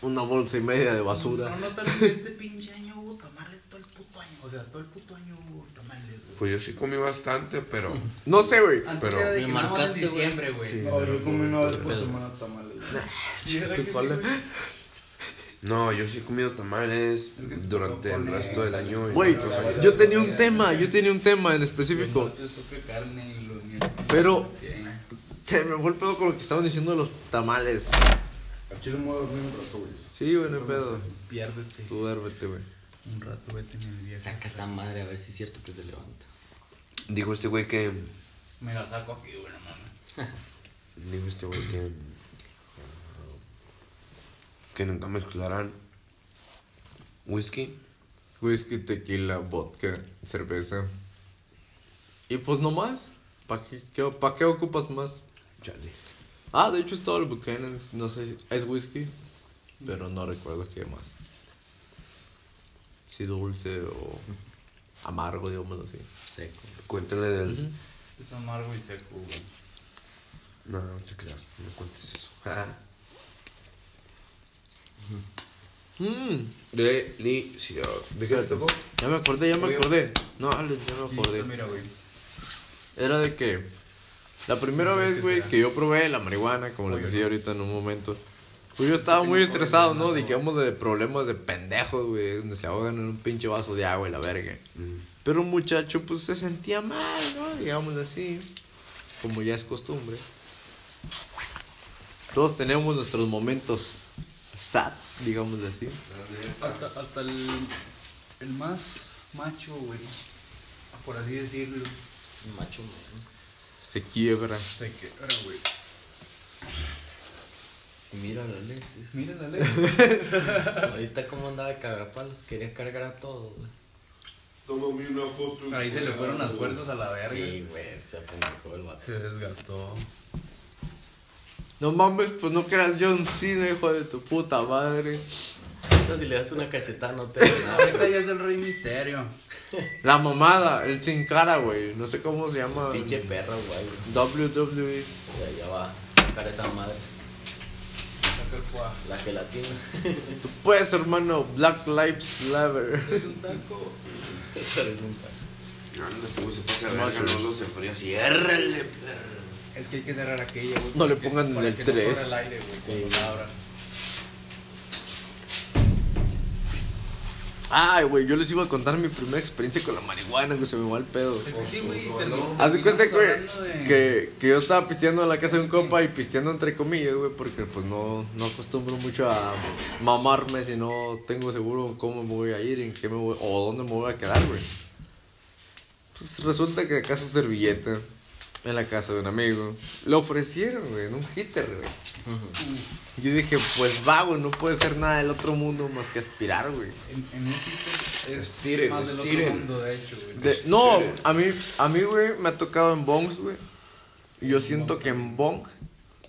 Speaker 2: una bolsa y media de
Speaker 4: No
Speaker 2: basura.
Speaker 4: notas que este pinche año hubo tamales todo el puto año. O sea, todo el puto año hubo tamales, güey.
Speaker 3: Pues yo sí comí bastante, pero...
Speaker 2: No sé, güey.
Speaker 4: Antes
Speaker 3: Pero-
Speaker 4: era de
Speaker 6: Me
Speaker 4: que nada más
Speaker 6: marcaste,
Speaker 4: en
Speaker 6: güey.
Speaker 4: diciembre, güey.
Speaker 3: Sí.
Speaker 1: No, yo comí una vez por
Speaker 6: Pero-
Speaker 1: semana tamales. güey.
Speaker 2: Tu cola.
Speaker 3: No, yo sí he comido tamales durante el resto del año. y
Speaker 2: Güey,
Speaker 3: otros años.
Speaker 2: yo tenía un tema. Yo tenía un tema en específico.
Speaker 4: Los martes toca carne y los
Speaker 2: Pero-
Speaker 4: miércoles,
Speaker 2: Se me fue el pedo con lo que estaban diciendo de los tamales.
Speaker 1: A Chile me voy a dormir un rato, güey.
Speaker 2: Sí, güey, no hay pedo.
Speaker 4: sí, Piérdete.
Speaker 2: Tú duérmete, güey.
Speaker 4: Un rato vete en el viaje.
Speaker 6: Saca esa madre a ver si es cierto que se levanta.
Speaker 3: Dijo este güey que...
Speaker 4: Me la saco aquí, güey, no mames.
Speaker 3: Dijo este güey que... Que nunca mezclarán whisky.
Speaker 2: Whisky, tequila, vodka, cerveza. Y pues no más. ¿Para qué, qué- pa' qué ocupas más?
Speaker 3: Chale.
Speaker 2: Ah, de hecho es todo el Buchanan's. No sé, es whisky. Pero no recuerdo qué más. Si dulce o amargo, digámoslo así.
Speaker 6: Seco.
Speaker 3: Cuéntale del...
Speaker 2: Ujú.
Speaker 4: Es amargo y seco, güey.
Speaker 3: No, no te creas, no cuentes eso. Ah,
Speaker 2: Mm,
Speaker 3: Delicioso. ¿De qué te tocó?
Speaker 2: ya me acordé, ya me
Speaker 3: Oye.
Speaker 2: acordé. No, Alex, ya me
Speaker 4: Listo,
Speaker 2: acordé.
Speaker 4: mira, güey.
Speaker 2: Era de que la primera vez, güey, que yo probé la marihuana, como les decía ahorita en un momento, pues yo estaba muy estresado, ¿no? Digamos de problemas de pendejos, güey, donde se ahogan en un pinche vaso de agua y la verga. Pero un muchacho, pues se sentía mal, ¿no? Digamos así, como ya es costumbre. Todos tenemos nuestros momentos sad, digamos así.
Speaker 4: Hasta, hasta el, el más macho, güey. Por así decirlo.
Speaker 6: Un macho menos.
Speaker 2: Se quiebra.
Speaker 4: Se quebra, güey.
Speaker 6: Y mira la Alexis.
Speaker 4: Mira la ley.
Speaker 6: Ahorita como andaba de cagapalos, quería cargar a todos, güey.
Speaker 1: Tómame una foto.
Speaker 4: Ahí se le fueron las cuerdas a la verga.
Speaker 6: Sí, güey, se apendejó el vaso.
Speaker 4: Se desgastó.
Speaker 2: No mames, pues no creas John Cena, hijo de tu puta madre.
Speaker 6: Ahorita si le das una cachetada no te da nada.
Speaker 4: Ahorita ya es el rey misterio.
Speaker 2: La mamada, el sin cara, güey. No sé cómo se llama. E.
Speaker 6: Pinche perro, güey.
Speaker 2: WWE.
Speaker 6: Ya, ya va. Sacar esa madre.
Speaker 4: Cacuá.
Speaker 6: La gelatina.
Speaker 2: Tú puedes, hermano. Black Lives Matter.
Speaker 4: Es un taco.
Speaker 3: Anda, este güey se pasa a verga, no lo se fría. Ciérrale, perro.
Speaker 4: Es que hay que cerrar aquella, güey.
Speaker 2: No le
Speaker 4: porque-
Speaker 2: pongan
Speaker 4: para
Speaker 2: el
Speaker 4: que no corra
Speaker 2: tres.
Speaker 4: el aire, güey, cuando la abran.
Speaker 2: Ay, güey, yo les iba a contar mi primera experiencia con la marihuana, que se me va el pedo.
Speaker 4: Es que sí, güey, te
Speaker 3: Haz
Speaker 4: lo-
Speaker 2: Haz de cuenta, güey,
Speaker 4: estamos hablando de-
Speaker 2: que, que yo estaba pisteando en la casa de un compa y pisteando entre comillas, güey, porque pues no, no acostumbro mucho a mamarme si no tengo seguro cómo me voy a ir, en qué me voy, o dónde me voy a quedar, güey. Pues resulta que acaso servilleta en la casa de un amigo. Le ofrecieron, güey, en un hitter, güey. Yo dije, pues va, güey, no puede ser nada del otro mundo más que aspirar, güey.
Speaker 4: En, en un tipo es
Speaker 3: Estiren,
Speaker 4: más del otro
Speaker 3: estiren.
Speaker 4: mundo, de hecho, güey.
Speaker 2: De- no, a mí, a mí, güey, me ha tocado en bongs, güey. Y yo siento que en bong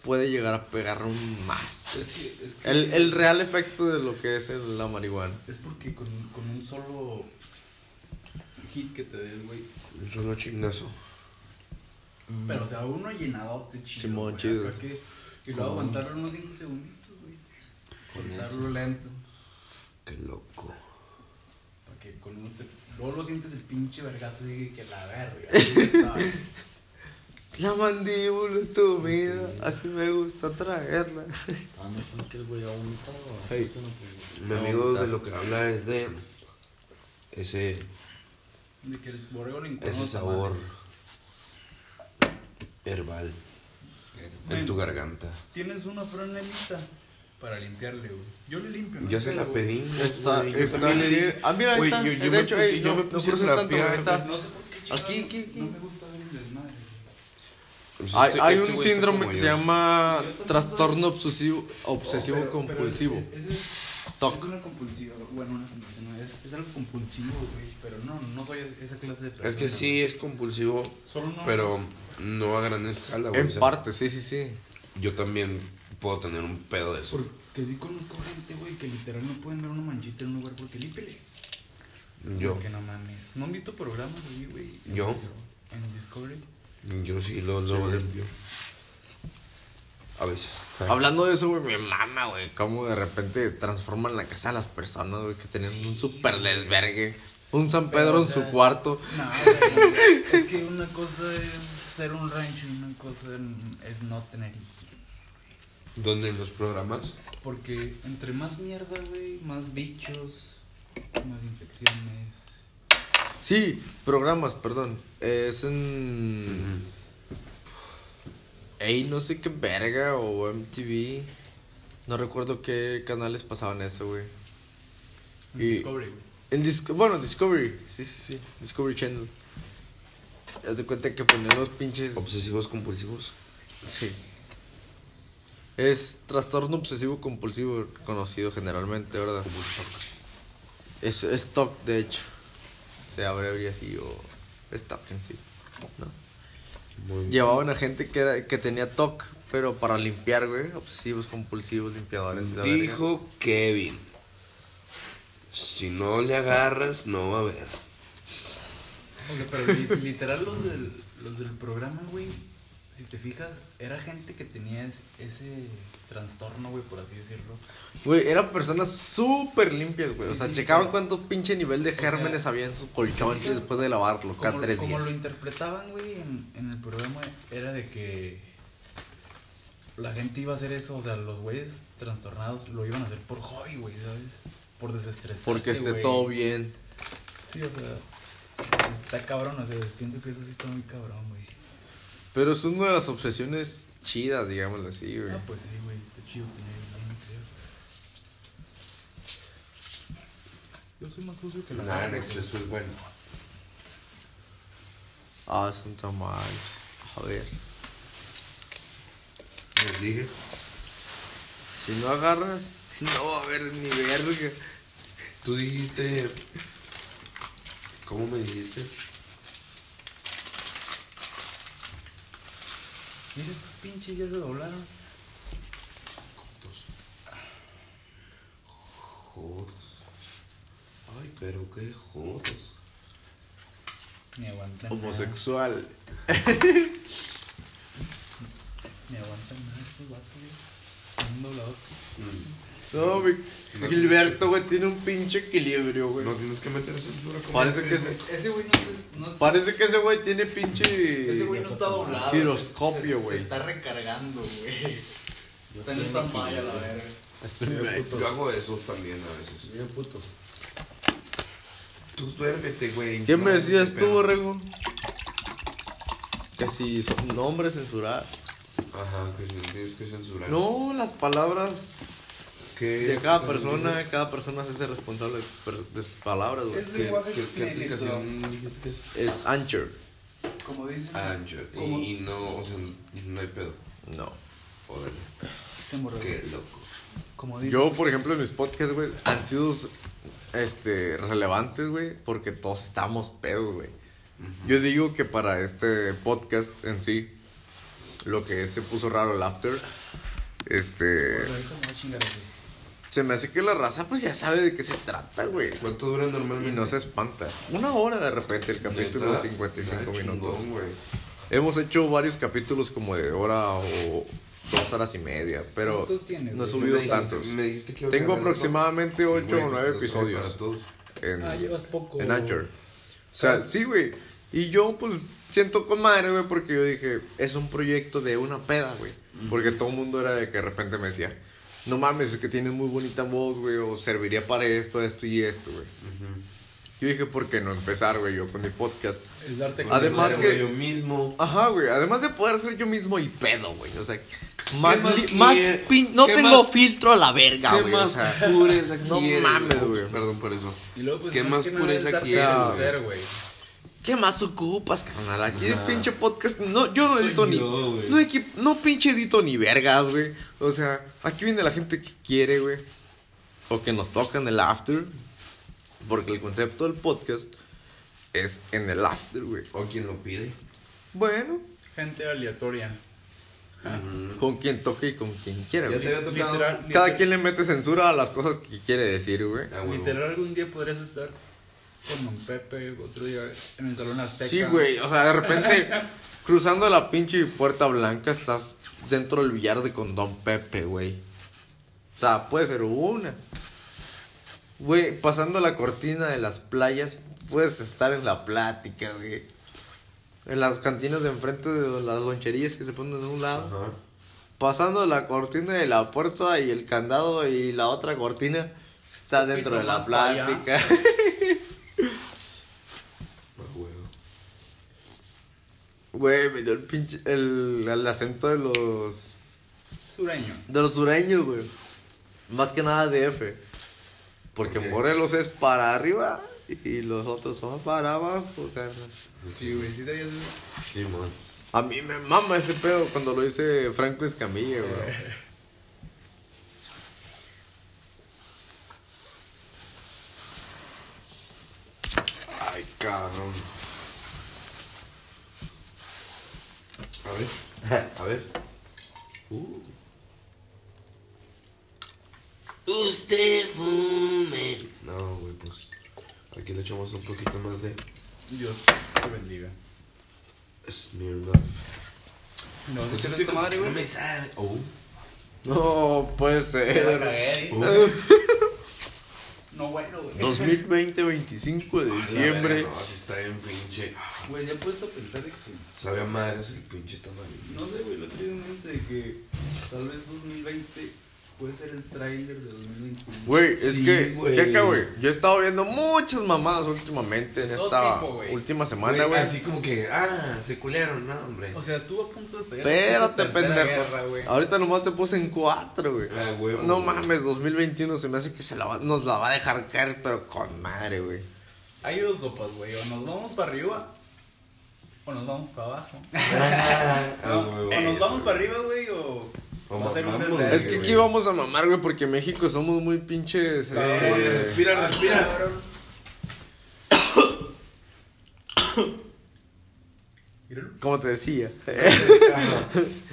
Speaker 2: puede llegar a pegar un más.
Speaker 4: Es que, es que-
Speaker 2: El, el real efecto de lo que es el- la marihuana.
Speaker 4: Es porque con, con un solo hit que te des, güey.
Speaker 3: Es un chignazo.
Speaker 4: Pero, o sea, uno llenadote, chido.
Speaker 2: Mm. Simón,
Speaker 4: güey,
Speaker 2: chido.
Speaker 4: acá que- y luego aguantarlo unos 5 segunditos, güey.
Speaker 6: Con
Speaker 4: Soltarlo lento.
Speaker 3: Qué loco.
Speaker 4: Para que con uno te. Luego lo sientes el pinche vergazo y que la verga. así está.
Speaker 2: La mandíbula es tu vida, así me gusta traerla.
Speaker 6: Ah, no fue que el güey ha vomitado.
Speaker 2: Ey.
Speaker 6: Esto no puede-
Speaker 3: Mi amigo de lo que habla es de ese,
Speaker 4: De que el borrego le encuentra
Speaker 3: ese
Speaker 4: los
Speaker 3: sabor
Speaker 4: tamales.
Speaker 3: herbal en
Speaker 4: Bueno,
Speaker 3: tu garganta.
Speaker 4: Tienes una franelita para limpiarle, güey. Yo le limpio. no
Speaker 3: Yo se
Speaker 4: te
Speaker 3: la
Speaker 4: hago.
Speaker 3: pedí.
Speaker 2: Está,
Speaker 3: güey, yo
Speaker 2: está,
Speaker 3: también le dije,
Speaker 2: ah, mira, ahí
Speaker 3: Güey,
Speaker 2: está.
Speaker 3: yo- yo
Speaker 2: de
Speaker 3: me
Speaker 2: hecho,
Speaker 3: puse-
Speaker 2: ey,
Speaker 3: yo
Speaker 2: no,
Speaker 3: me
Speaker 2: no
Speaker 3: puse a
Speaker 2: cruces tanto,
Speaker 3: trapear,
Speaker 2: güey, ahí está.
Speaker 4: No sé por qué. chingados,
Speaker 2: Aquí, aquí, aquí.
Speaker 4: No me gusta ver el desmadre.
Speaker 3: pues,
Speaker 2: Hay,
Speaker 3: este-
Speaker 2: hay
Speaker 3: este
Speaker 2: un
Speaker 3: güey está
Speaker 2: síndrome
Speaker 3: como
Speaker 2: que se
Speaker 3: yo.
Speaker 2: llama
Speaker 4: Yo también
Speaker 2: trastorno obsesivo, obsesivo
Speaker 4: Pero- pero
Speaker 2: compulsivo.
Speaker 4: es- es- es-
Speaker 2: TOC.
Speaker 4: Es una compulsiva, bueno, una compulsión, no, es, es algo compulsivo, güey, pero no, no soy esa clase de persona.
Speaker 3: Es que sí es compulsivo,
Speaker 4: Solo no.
Speaker 3: pero no a gran escala, güey. o
Speaker 2: En
Speaker 3: sea,
Speaker 2: parte, sí, sí, sí.
Speaker 3: Yo también puedo tener un pedo de eso.
Speaker 4: Porque sí conozco gente, güey, que literal no pueden ver una manchita en un lugar porque lípele.
Speaker 3: Yo,
Speaker 4: Que no mames. ¿No han visto programas así, güey?
Speaker 3: Yo.
Speaker 4: En Discovery.
Speaker 3: yo sí lo, lo A veces. ¿sabes?
Speaker 2: Hablando de eso, güey, me mama, güey. Cómo de repente transforman la casa de las personas, güey, que tenían un super desvergue. Un San
Speaker 4: Pero,
Speaker 2: Pedro
Speaker 4: o
Speaker 2: en su
Speaker 4: sea,
Speaker 2: cuarto.
Speaker 4: No, güey, es que una cosa es ser un rancho y una cosa es no tener higiene.
Speaker 3: Donde en los programas
Speaker 4: Porque entre más mierda, güey, más bichos, más infecciones.
Speaker 2: Sí, programas, perdón. Es en. Ey, no sé qué verga o MTV. No recuerdo qué canales pasaban eso, güey.
Speaker 4: En
Speaker 2: Y-
Speaker 4: Discovery, güey.
Speaker 2: En Disco- bueno, Discovery. Sí, sí, sí. Discovery Channel. Haz de cuenta que ponían los pinches.
Speaker 3: obsesivos compulsivos.
Speaker 2: Sí. Es trastorno obsesivo compulsivo conocido generalmente, ¿verdad?
Speaker 3: Como un shock.
Speaker 2: Es, es TOC, de hecho. Se abreviaría así o es TOC en sí. ¿no?
Speaker 3: Muy bien.
Speaker 2: Llevaban a gente que, era- que tenía TOC, pero para limpiar, güey. Obsesivos, compulsivos, limpiadores. y la verga.
Speaker 3: Dijo Kevin. Si no le agarras, no va a haber.
Speaker 4: Oye, pero li- literal los del, los del programa, güey, si te fijas, era gente que tenía es- ese trastorno, güey, por así decirlo.
Speaker 2: Güey, eran personas súper limpias, güey. o
Speaker 4: Sí,
Speaker 2: sea,
Speaker 4: sí,
Speaker 2: checaban
Speaker 4: pero-
Speaker 2: cuánto pinche nivel de
Speaker 4: sea,
Speaker 2: gérmenes había en su colchón
Speaker 4: ¿ubicas?
Speaker 2: después de lavarlo cada
Speaker 4: Como,
Speaker 2: tres
Speaker 4: como
Speaker 2: días.
Speaker 4: lo interpretaban, güey, en, en el programa era de que la gente iba a hacer eso, o sea, los güeyes trastornados lo iban a hacer por hobby, güey, ¿sabes? Por desestresarse,
Speaker 2: Porque esté
Speaker 4: güey.
Speaker 2: todo bien.
Speaker 4: Sí, o sea, está cabrón, o sea, pienso que eso sí está muy cabrón, güey.
Speaker 2: Pero es una de las obsesiones chidas, digamos así, güey.
Speaker 4: Ah, pues sí, güey, está chido tener el bien, creo. Yo soy más sucio que la
Speaker 3: Nada, en
Speaker 4: verga,
Speaker 3: exceso es bueno.
Speaker 2: Ah, es un tamal. A ver.
Speaker 3: Les dije.
Speaker 2: Si no agarras, no va a haber ni verga.
Speaker 3: Tú dijiste. ¿Cómo me dijiste?
Speaker 4: güey. Mira, estos pinches ya se doblaron.
Speaker 3: Jodos. Jodos. Ay, pero qué jodos.
Speaker 4: Ni aguantan
Speaker 2: Homosexual.
Speaker 4: nada. Ni aguantan nada estos vatos, güey. un doblador.
Speaker 2: No, mi. Gilberto, güey, tiene un pinche equilibrio, güey.
Speaker 3: No tienes que meter censura como.
Speaker 2: Parece que
Speaker 3: se.
Speaker 2: se-
Speaker 4: Ese güey no es. No,
Speaker 2: Parece que ese güey tiene
Speaker 6: Ese güey
Speaker 2: pinche.
Speaker 6: no está doblado.
Speaker 2: Giroscopio,
Speaker 6: se-
Speaker 2: güey.
Speaker 6: Se está recargando, güey. Está en
Speaker 1: tengo
Speaker 6: esta
Speaker 1: aquí,
Speaker 6: malla, la
Speaker 1: güey.
Speaker 6: verga.
Speaker 2: Este
Speaker 1: Mira,
Speaker 2: güey.
Speaker 1: puto.
Speaker 3: Yo hago eso también a veces.
Speaker 1: Mira, puto.
Speaker 3: Tú duérmete, güey.
Speaker 2: ¿Qué me
Speaker 3: No,
Speaker 2: decías
Speaker 3: qué pedo.
Speaker 2: tú, Borrego? Que si son nombres censurar.
Speaker 3: Ajá, que si Pues tienes que censurar.
Speaker 2: No, las palabras
Speaker 3: ¿Qué?
Speaker 2: de cada persona, cada persona se hace responsable de sus, per- de sus palabras, güey.
Speaker 4: Es
Speaker 3: ¿Qué,
Speaker 4: lenguaje
Speaker 3: qué, qué
Speaker 4: explícito.
Speaker 3: aplicación dijiste que es?
Speaker 2: Es Anchor.
Speaker 4: Como dices.
Speaker 3: Ancho. Y,
Speaker 4: ¿Cómo?
Speaker 3: y no, o sea, no hay pedo.
Speaker 2: No.
Speaker 3: Órale.
Speaker 4: Te morreo.
Speaker 3: Qué loco.
Speaker 4: Como dices.
Speaker 2: Yo, por ejemplo, en mis podcasts, güey, han sido este, relevantes, güey, porque todos estamos pedos, güey. Yo digo que para este podcast en sí, lo que se puso raro el after, este...
Speaker 4: Ahorita me voy a chingar a güey.
Speaker 2: Se me hace que la raza pues ya sabe de qué se trata, güey.
Speaker 3: ¿Cuánto dura normalmente?
Speaker 2: Y no se espanta. Una hora de repente el capítulo de
Speaker 3: Neta,
Speaker 2: 55
Speaker 3: nada
Speaker 2: minutos.
Speaker 3: chingón, güey.
Speaker 2: Hemos hecho varios capítulos como de hora o dos horas y media, pero
Speaker 4: ¿Cuántos tienes,
Speaker 2: no he
Speaker 4: güey?
Speaker 2: subido
Speaker 3: Me dijiste-
Speaker 2: tantos.
Speaker 3: me dijiste que iba a
Speaker 2: Tengo
Speaker 3: grabar
Speaker 2: aproximadamente
Speaker 3: algo.
Speaker 2: ocho
Speaker 3: Güey,
Speaker 2: o
Speaker 3: pues,
Speaker 2: nueve
Speaker 3: esto es para
Speaker 2: episodios.
Speaker 3: todos.
Speaker 2: En,
Speaker 6: Ah, llevas poco.
Speaker 2: en Anchor. O sea, sí, güey. Y yo, pues, siento con madre, güey, porque yo dije, es un proyecto de una peda, güey. Porque todo el mundo era de que de repente me decía, no mames, es que tienes muy bonita voz, güey, o serviría para esto, esto y esto, güey. Yo dije, ¿por qué no empezar, güey, yo con mi podcast?
Speaker 5: Es darte
Speaker 3: Porque
Speaker 2: Además
Speaker 3: lo
Speaker 2: que-
Speaker 3: hago yo mismo.
Speaker 2: Ajá, güey, además de poder ser yo mismo y pedo, güey, o sea, más,
Speaker 3: más
Speaker 2: li-
Speaker 3: quiere-
Speaker 2: más pin- no
Speaker 3: qué
Speaker 2: tengo
Speaker 3: más-
Speaker 2: filtro a la verga,
Speaker 3: ¿Qué
Speaker 2: güey, o
Speaker 3: más
Speaker 2: sea,
Speaker 3: pureza
Speaker 2: no
Speaker 3: quieres,
Speaker 2: mames, güey.
Speaker 3: Perdón por eso.
Speaker 5: Y luego, pues,
Speaker 3: ¿Qué
Speaker 5: no,
Speaker 3: más
Speaker 5: que no
Speaker 3: pureza
Speaker 5: es darte
Speaker 3: quieres,
Speaker 5: a
Speaker 3: güey?
Speaker 5: conocer, güey?
Speaker 2: ¿Qué más ocupas, carnal? Aquí el
Speaker 3: Ajá.
Speaker 2: pinche podcast. No, yo no
Speaker 3: Soy
Speaker 2: edito ni.
Speaker 3: yo, güey.
Speaker 2: no, equi- no pinche edito ni vergas, güey. O sea, aquí viene la gente que quiere, güey. O que nos toca en el after. Porque el concepto del podcast es en el after, güey.
Speaker 3: O quien lo pide.
Speaker 2: Bueno,
Speaker 5: Gente aleatoria.
Speaker 2: con quien toque y con quien quiera,
Speaker 3: Ya te
Speaker 2: güey.
Speaker 3: había tocado.
Speaker 5: Literal,
Speaker 2: Cada
Speaker 5: liter-
Speaker 2: quien le mete censura a las cosas que quiere decir, güey.
Speaker 3: Ah, huevo.
Speaker 5: Literal, algún día podrías estar con Don Pepe, otro día en el Salón Azteca.
Speaker 2: Sí, güey. O sea, de repente, cruzando la pinche puerta blanca, estás dentro del billar de con Don Pepe, güey. O sea, puede ser una. Güey, pasando la cortina de las playas, puedes estar en la plática, güey. En las cantinas de enfrente de las loncherías que se ponen de un lado.
Speaker 3: Ajá.
Speaker 2: Pasando la cortina de la puerta y el candado y la otra cortina, estás dentro de la
Speaker 5: más para allá.
Speaker 2: plática.
Speaker 3: Ah, huevo.
Speaker 2: Güey, me dio el pinche. El, el acento de los.
Speaker 5: Sureño.
Speaker 2: De los sureños, güey. Más que nada de F. Porque
Speaker 3: Ok.
Speaker 2: Morelos es para arriba y los otros son para abajo, carnal.
Speaker 5: Sí, güey, sí sabías eso.
Speaker 3: Sí, man.
Speaker 2: A mí me mama ese pedo cuando lo dice Franco Escamilla, güey.
Speaker 3: Ay, cabrón. A ver. A ver. Uh. Usted fume. No, güey, pues. Aquí le echamos un poquito más de
Speaker 5: Dios te bendiga.
Speaker 3: Smirnoff.
Speaker 5: No, no
Speaker 3: Pues
Speaker 5: quieres
Speaker 3: estoy como-
Speaker 5: tomar,
Speaker 3: No
Speaker 5: güey.
Speaker 3: me sabe. Oh.
Speaker 2: No puede
Speaker 6: La
Speaker 2: ser.
Speaker 6: cagué, dice.
Speaker 3: Uh.
Speaker 5: Ah,
Speaker 4: No, bueno, güey.
Speaker 2: 2020, 25 de diciembre.
Speaker 3: Ah, No, así está bien pinche. Ah,
Speaker 4: Güey, ya he puesto a pensar de que.
Speaker 3: Sabe a madres el pinche tamaño.
Speaker 4: No sé, güey, lo tengo en mente de que tal vez 2020 puede ser el tráiler de 2021.
Speaker 2: Güey, es
Speaker 3: Sí,
Speaker 2: que,
Speaker 3: güey.
Speaker 2: checa, güey. Yo he estado viendo muchas mamadas últimamente en
Speaker 5: Todo
Speaker 2: esta
Speaker 5: tipo, güey.
Speaker 2: última semana,
Speaker 3: Güey,
Speaker 2: güey.
Speaker 3: Así como que, ah, se culearon, no, hombre.
Speaker 5: O sea, estuvo a punto de estallar la
Speaker 2: Espérate,
Speaker 5: tercera
Speaker 2: pendejo.
Speaker 5: guerra, güey.
Speaker 2: Ahorita nomás te puse en cuatro, güey.
Speaker 3: Ah, huevo,
Speaker 2: no
Speaker 3: güey.
Speaker 2: mames, 2021 se me hace que se la va- nos la va a dejar caer, pero con madre, güey.
Speaker 5: Hay dos sopas, güey. O nos vamos para arriba o nos vamos para abajo.
Speaker 3: Ah,
Speaker 5: No,
Speaker 3: huevo,
Speaker 5: o nos
Speaker 3: eso,
Speaker 5: vamos
Speaker 3: güey.
Speaker 5: para arriba, güey, o
Speaker 3: O
Speaker 5: va a ser un
Speaker 3: mamamos,
Speaker 5: desmadre.
Speaker 2: Es que aquí vamos a mamar, güey, porque en México somos muy pinches.
Speaker 3: Eh,
Speaker 2: este,
Speaker 3: respira, respira.
Speaker 5: Míralo,
Speaker 2: Como te decía,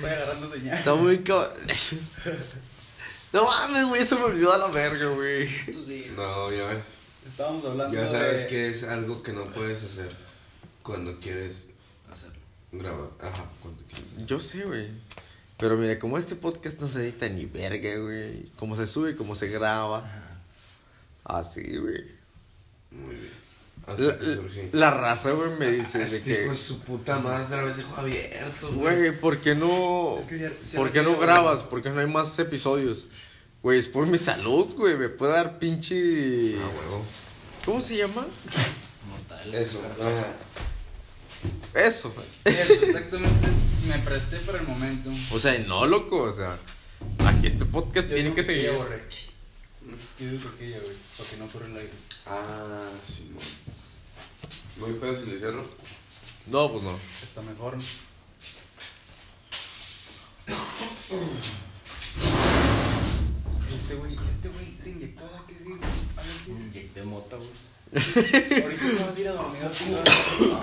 Speaker 5: voy agarrando señal.
Speaker 2: está muy ca- No mames, güey, eso me olvidó a la verga, güey.
Speaker 4: Tú sí.
Speaker 3: No, ya ves.
Speaker 5: Estábamos hablando
Speaker 3: Ya sabes
Speaker 5: de...
Speaker 3: que es algo que no puedes hacer cuando quieres
Speaker 6: Hacerlo.
Speaker 3: grabar. Ajá, cuando quieres hacer.
Speaker 2: Yo sé, güey. Pero mira, como este podcast no se edita ni verga, güey. Como se sube, como se graba. Así, güey.
Speaker 3: Muy bien.
Speaker 2: La,
Speaker 3: Hasta que surge.
Speaker 2: la raza, güey, me dice de
Speaker 3: Este hijo de
Speaker 2: que...
Speaker 3: su puta madre otra vez dejó abierto, güey.
Speaker 2: Güey, ¿por qué no...?
Speaker 4: Es que se- se
Speaker 2: ¿Por qué no
Speaker 4: refiere,
Speaker 2: grabas? ¿Por qué no hay más episodios? Güey, es por mi salud, güey. Me puede dar pinche...
Speaker 3: Ah, huevo.
Speaker 2: ¿Cómo se llama?
Speaker 3: Eso, ajá.
Speaker 2: Eso, güey.
Speaker 4: Eso, exactamente. Me presté para el momento.
Speaker 2: O sea, no, loco, o sea... Aquí este podcast tiene que seguir.
Speaker 4: Yo digo que ya, güey. Para que no corra el aire.
Speaker 3: Ah, Simón. Muy pedo si le cierro.
Speaker 2: No, pues no.
Speaker 4: Está mejor. Este güey, este güey se inyectó, ¿a ¿qué sí? A ver si
Speaker 6: Inyecté mota, güey.
Speaker 4: es- Ahorita te vas a ir a dormir a tu casa.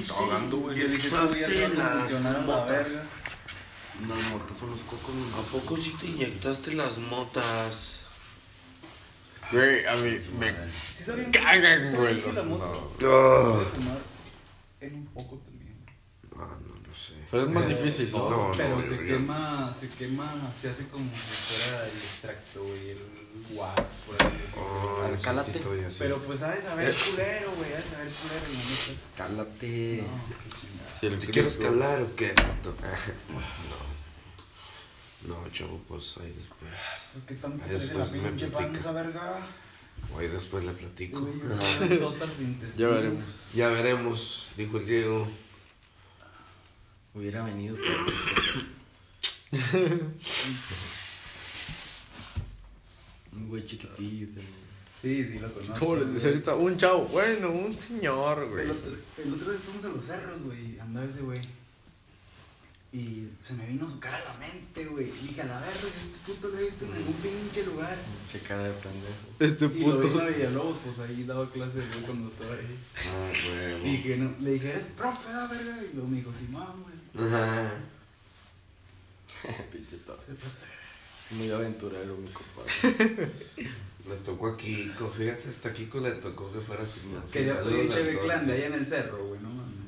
Speaker 3: Está ahogando, güey.
Speaker 4: Yo dije, estos días ya no funcionaron la verga.
Speaker 3: No, motas son los cocos. ¿A poco sí te inyectaste las motas?
Speaker 2: Güey, a mí me
Speaker 4: Sí sabían que- sí
Speaker 2: cagan,
Speaker 4: sabían
Speaker 2: güey.
Speaker 4: que
Speaker 2: los-
Speaker 4: la moto
Speaker 2: no.
Speaker 3: No.
Speaker 4: puede tomar en un poco también.
Speaker 3: Ah, no lo sé.
Speaker 2: Pero es más difícil, ¿no?
Speaker 3: Eh, No,
Speaker 4: Pero
Speaker 3: no,
Speaker 4: se
Speaker 3: yo- yo-
Speaker 4: quema, se quema, se hace como si fuera el extracto, güey, el wax, por ahí decirlo.
Speaker 3: Oh,
Speaker 6: Al
Speaker 3: un
Speaker 6: cálate.
Speaker 3: poquito y así.
Speaker 4: Pero pues ha de saber culero, güey, ha de saber culero, la neta.
Speaker 6: Cálate.
Speaker 4: No, qué chingada.
Speaker 2: Sí,
Speaker 3: ¿Te
Speaker 2: el gringo.
Speaker 3: quieres calar o qué? No. No. No, chavo, pues ahí después.
Speaker 4: ¿Por qué tanto
Speaker 3: Ahí
Speaker 4: te hace la
Speaker 3: después me
Speaker 4: pinche pan
Speaker 3: platica.
Speaker 4: esa verga?
Speaker 3: O ahí después le platico.
Speaker 4: Güey, me dan total de intestinos.
Speaker 2: Ya veremos.
Speaker 3: Ya veremos, dijo el Diego.
Speaker 6: Hubiera venido. pero- Un güey chiquitillo que no-
Speaker 4: Sí, sí, lo conozco.
Speaker 2: ¿Cómo les dice ahorita? Un chavo, bueno, un señor,
Speaker 4: El
Speaker 2: güey.
Speaker 4: otro, el otro día fuimos a los cerros, güey. Andaba ese güey. Y se me vino su cara a la mente, güey. Y dije, a la verga, este puto no he visto en ningún pinche lugar.
Speaker 6: Qué cara de pendejo.
Speaker 2: Este
Speaker 4: Y lo vi
Speaker 2: puto.
Speaker 4: a Villalobos, pues ahí daba clases yo cuando estaba ahí.
Speaker 3: Ah,
Speaker 4: Y
Speaker 3: huevo.
Speaker 4: dije, no, le dije, eres profe, la verga. Y luego me dijo, sí, mamá, güey.
Speaker 3: Ajá.
Speaker 6: Pinche tos. Muy aventurero, mi compadre.
Speaker 3: Le tocó a Kiko, fíjate, hasta Kiko le tocó que fuera su
Speaker 4: Que ya
Speaker 3: Saludos
Speaker 4: pedí
Speaker 3: a
Speaker 4: cheve
Speaker 3: todos.
Speaker 4: clan de allá en el cerro, güey, no mames.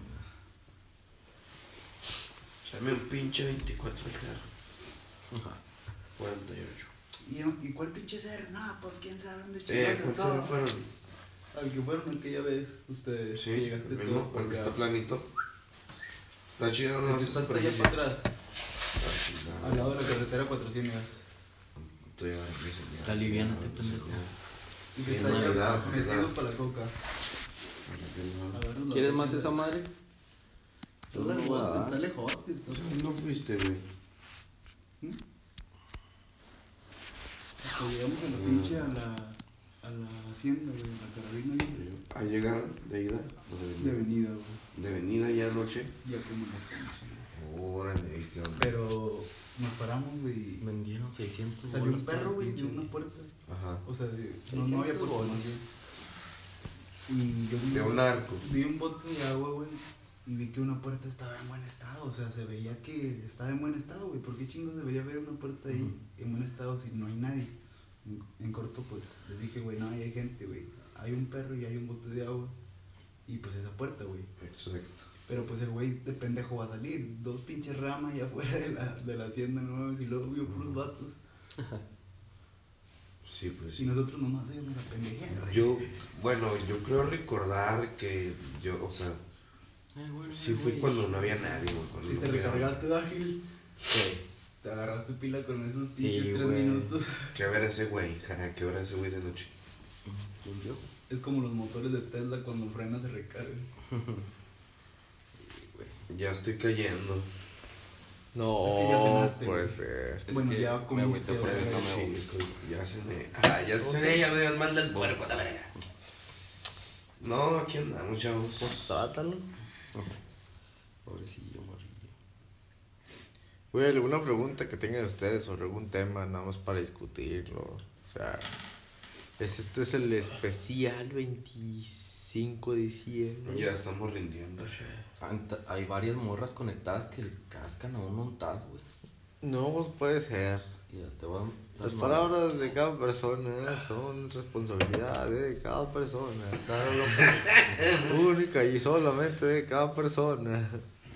Speaker 3: Dame un pinche 24 al cero. 48.
Speaker 4: ¿Y, ¿Y cuál pinche cerro? No, pues quién sabe dónde
Speaker 3: Eh,
Speaker 4: chingas
Speaker 3: ¿cuántos años
Speaker 4: todo.
Speaker 3: fueron?
Speaker 4: Al que fueron aquella vez, ustedes.
Speaker 3: Sí,
Speaker 4: que
Speaker 3: el
Speaker 4: llegaste todo
Speaker 3: mismo, el que
Speaker 4: colgado.
Speaker 3: está planito. Está chido, no
Speaker 4: El que
Speaker 3: sé si
Speaker 4: está hasta allá
Speaker 3: parece.
Speaker 4: para atrás.
Speaker 3: Ah,
Speaker 4: Al lado de la carretera 400.
Speaker 6: Está liviana, te pendejo.
Speaker 4: Y
Speaker 3: Sí,
Speaker 4: que está
Speaker 6: no,
Speaker 4: allá
Speaker 3: verdad,
Speaker 4: metido
Speaker 3: verdad.
Speaker 4: para la coca.
Speaker 6: ¿Quieres más esa madre?
Speaker 4: Está lejos,
Speaker 3: ah.
Speaker 4: está lejos. está-
Speaker 3: No fuiste, güey.
Speaker 4: Hasta llegamos a la pinche a la, a la hacienda, güey, a la carabina güey,
Speaker 3: A llegar de ida, o de
Speaker 4: de
Speaker 3: venida.
Speaker 4: avenida, güey.
Speaker 3: De venida ya anoche.
Speaker 4: Ya como la canción.
Speaker 3: Órale, qué onda.
Speaker 4: Pero nos paramos, güey. y
Speaker 6: Vendieron 600
Speaker 4: Salió un
Speaker 6: bolas
Speaker 4: perro,
Speaker 6: todo el
Speaker 4: güey, de
Speaker 6: pinche
Speaker 4: una
Speaker 6: día.
Speaker 4: puerta.
Speaker 3: Ajá.
Speaker 4: O sea, de, no, no había
Speaker 6: 600
Speaker 4: puerta
Speaker 6: bolas.
Speaker 4: más. Y yo vi,
Speaker 3: De un arco.
Speaker 4: vi un bote de agua, güey. Y vi que una puerta estaba en buen estado. O sea, se veía que estaba en buen estado, güey. ¿Por qué chingos debería haber una puerta ahí en buen estado si no hay nadie? En, en corto, pues, les dije, güey, no, ahí hay gente, güey. Hay un perro y hay un bote de agua. Y pues esa puerta, güey.
Speaker 3: Exacto.
Speaker 4: Pero pues el güey de pendejo va a salir. Dos pinches ramas allá afuera de la, de la hacienda, no mames. Y luego vio puros vatos.
Speaker 3: Sí, pues
Speaker 4: Si
Speaker 3: sí.
Speaker 4: nosotros nomás eh, íbamos a pendejear, güey.
Speaker 3: Yo, bueno, yo creo recordar que yo, o sea,
Speaker 6: Ay, güey,
Speaker 3: sí
Speaker 6: ay,
Speaker 3: fui
Speaker 6: güey.
Speaker 3: cuando no había nadie, güey.
Speaker 6: Pues
Speaker 3: cuando
Speaker 4: Si
Speaker 3: no
Speaker 4: te
Speaker 3: había-
Speaker 4: recargaste de ágil,
Speaker 3: Sí.
Speaker 4: te agarraste pila con esos
Speaker 6: Sí,
Speaker 4: pinches tres
Speaker 6: güey.
Speaker 4: minutos.
Speaker 3: ¿Qué ver ese güey? Ajá, ¿Qué ver ese güey de noche?
Speaker 6: ¿Quién yo?
Speaker 4: Es como los motores de Tesla cuando frenas se recargan.
Speaker 3: Ya estoy cayendo.
Speaker 4: Es que ya
Speaker 2: No,
Speaker 4: cenaste,
Speaker 2: puede
Speaker 4: güey.
Speaker 2: ser.
Speaker 3: Es
Speaker 4: bueno,
Speaker 3: que
Speaker 4: ya comiste.
Speaker 3: Ya
Speaker 4: güey.
Speaker 3: estoy- sí, estoy, ya cené. Ah, ya cené, ya me dio el mal del puerco, la verga. No, aquí andamos, chavos.
Speaker 6: Trátalo. Pobrecillo, morrillo.
Speaker 2: Güey, alguna pregunta que tengan ustedes sobre algún tema, nada más para discutirlo. O sea, es- este es el especial 25 de diciembre.
Speaker 3: Ya estamos rindiendo, chavos.
Speaker 6: Ant- Hay varias morras conectadas que le cascan a uno un tas, güey.
Speaker 2: No, pues puede ser.
Speaker 6: Y ya te van.
Speaker 2: Las palabras de cada persona son responsabilidad de cada persona. Única y solamente de cada persona.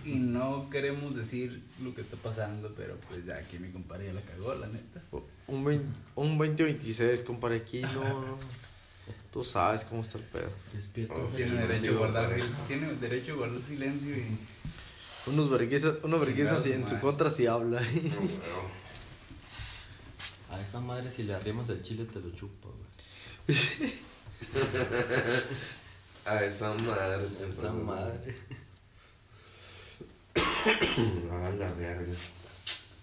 Speaker 4: Y no queremos decir lo que está pasando, pero pues ya aquí mi compadre ya la cagó, la neta.
Speaker 2: Un, 20, un 2026, compadre, aquí no. Tú sabes cómo está el pedo.
Speaker 6: Despierta.
Speaker 3: Oh,
Speaker 4: Tiene
Speaker 3: sí,
Speaker 4: derecho a
Speaker 3: no,
Speaker 4: guardar,
Speaker 3: pareja.
Speaker 4: sil- tiene derecho a guardar silencio y
Speaker 2: Unos vergüenzas, unos vergüenzas
Speaker 4: Chingados,
Speaker 2: y en su
Speaker 4: madre.
Speaker 2: contra si habla.
Speaker 3: No, güey.
Speaker 6: A esa madre, si le arrimas el chile, te lo chupa, güey.
Speaker 3: A esa madre. pues, te
Speaker 6: Esa
Speaker 3: pasas, güey.
Speaker 6: madre.
Speaker 3: A la verga.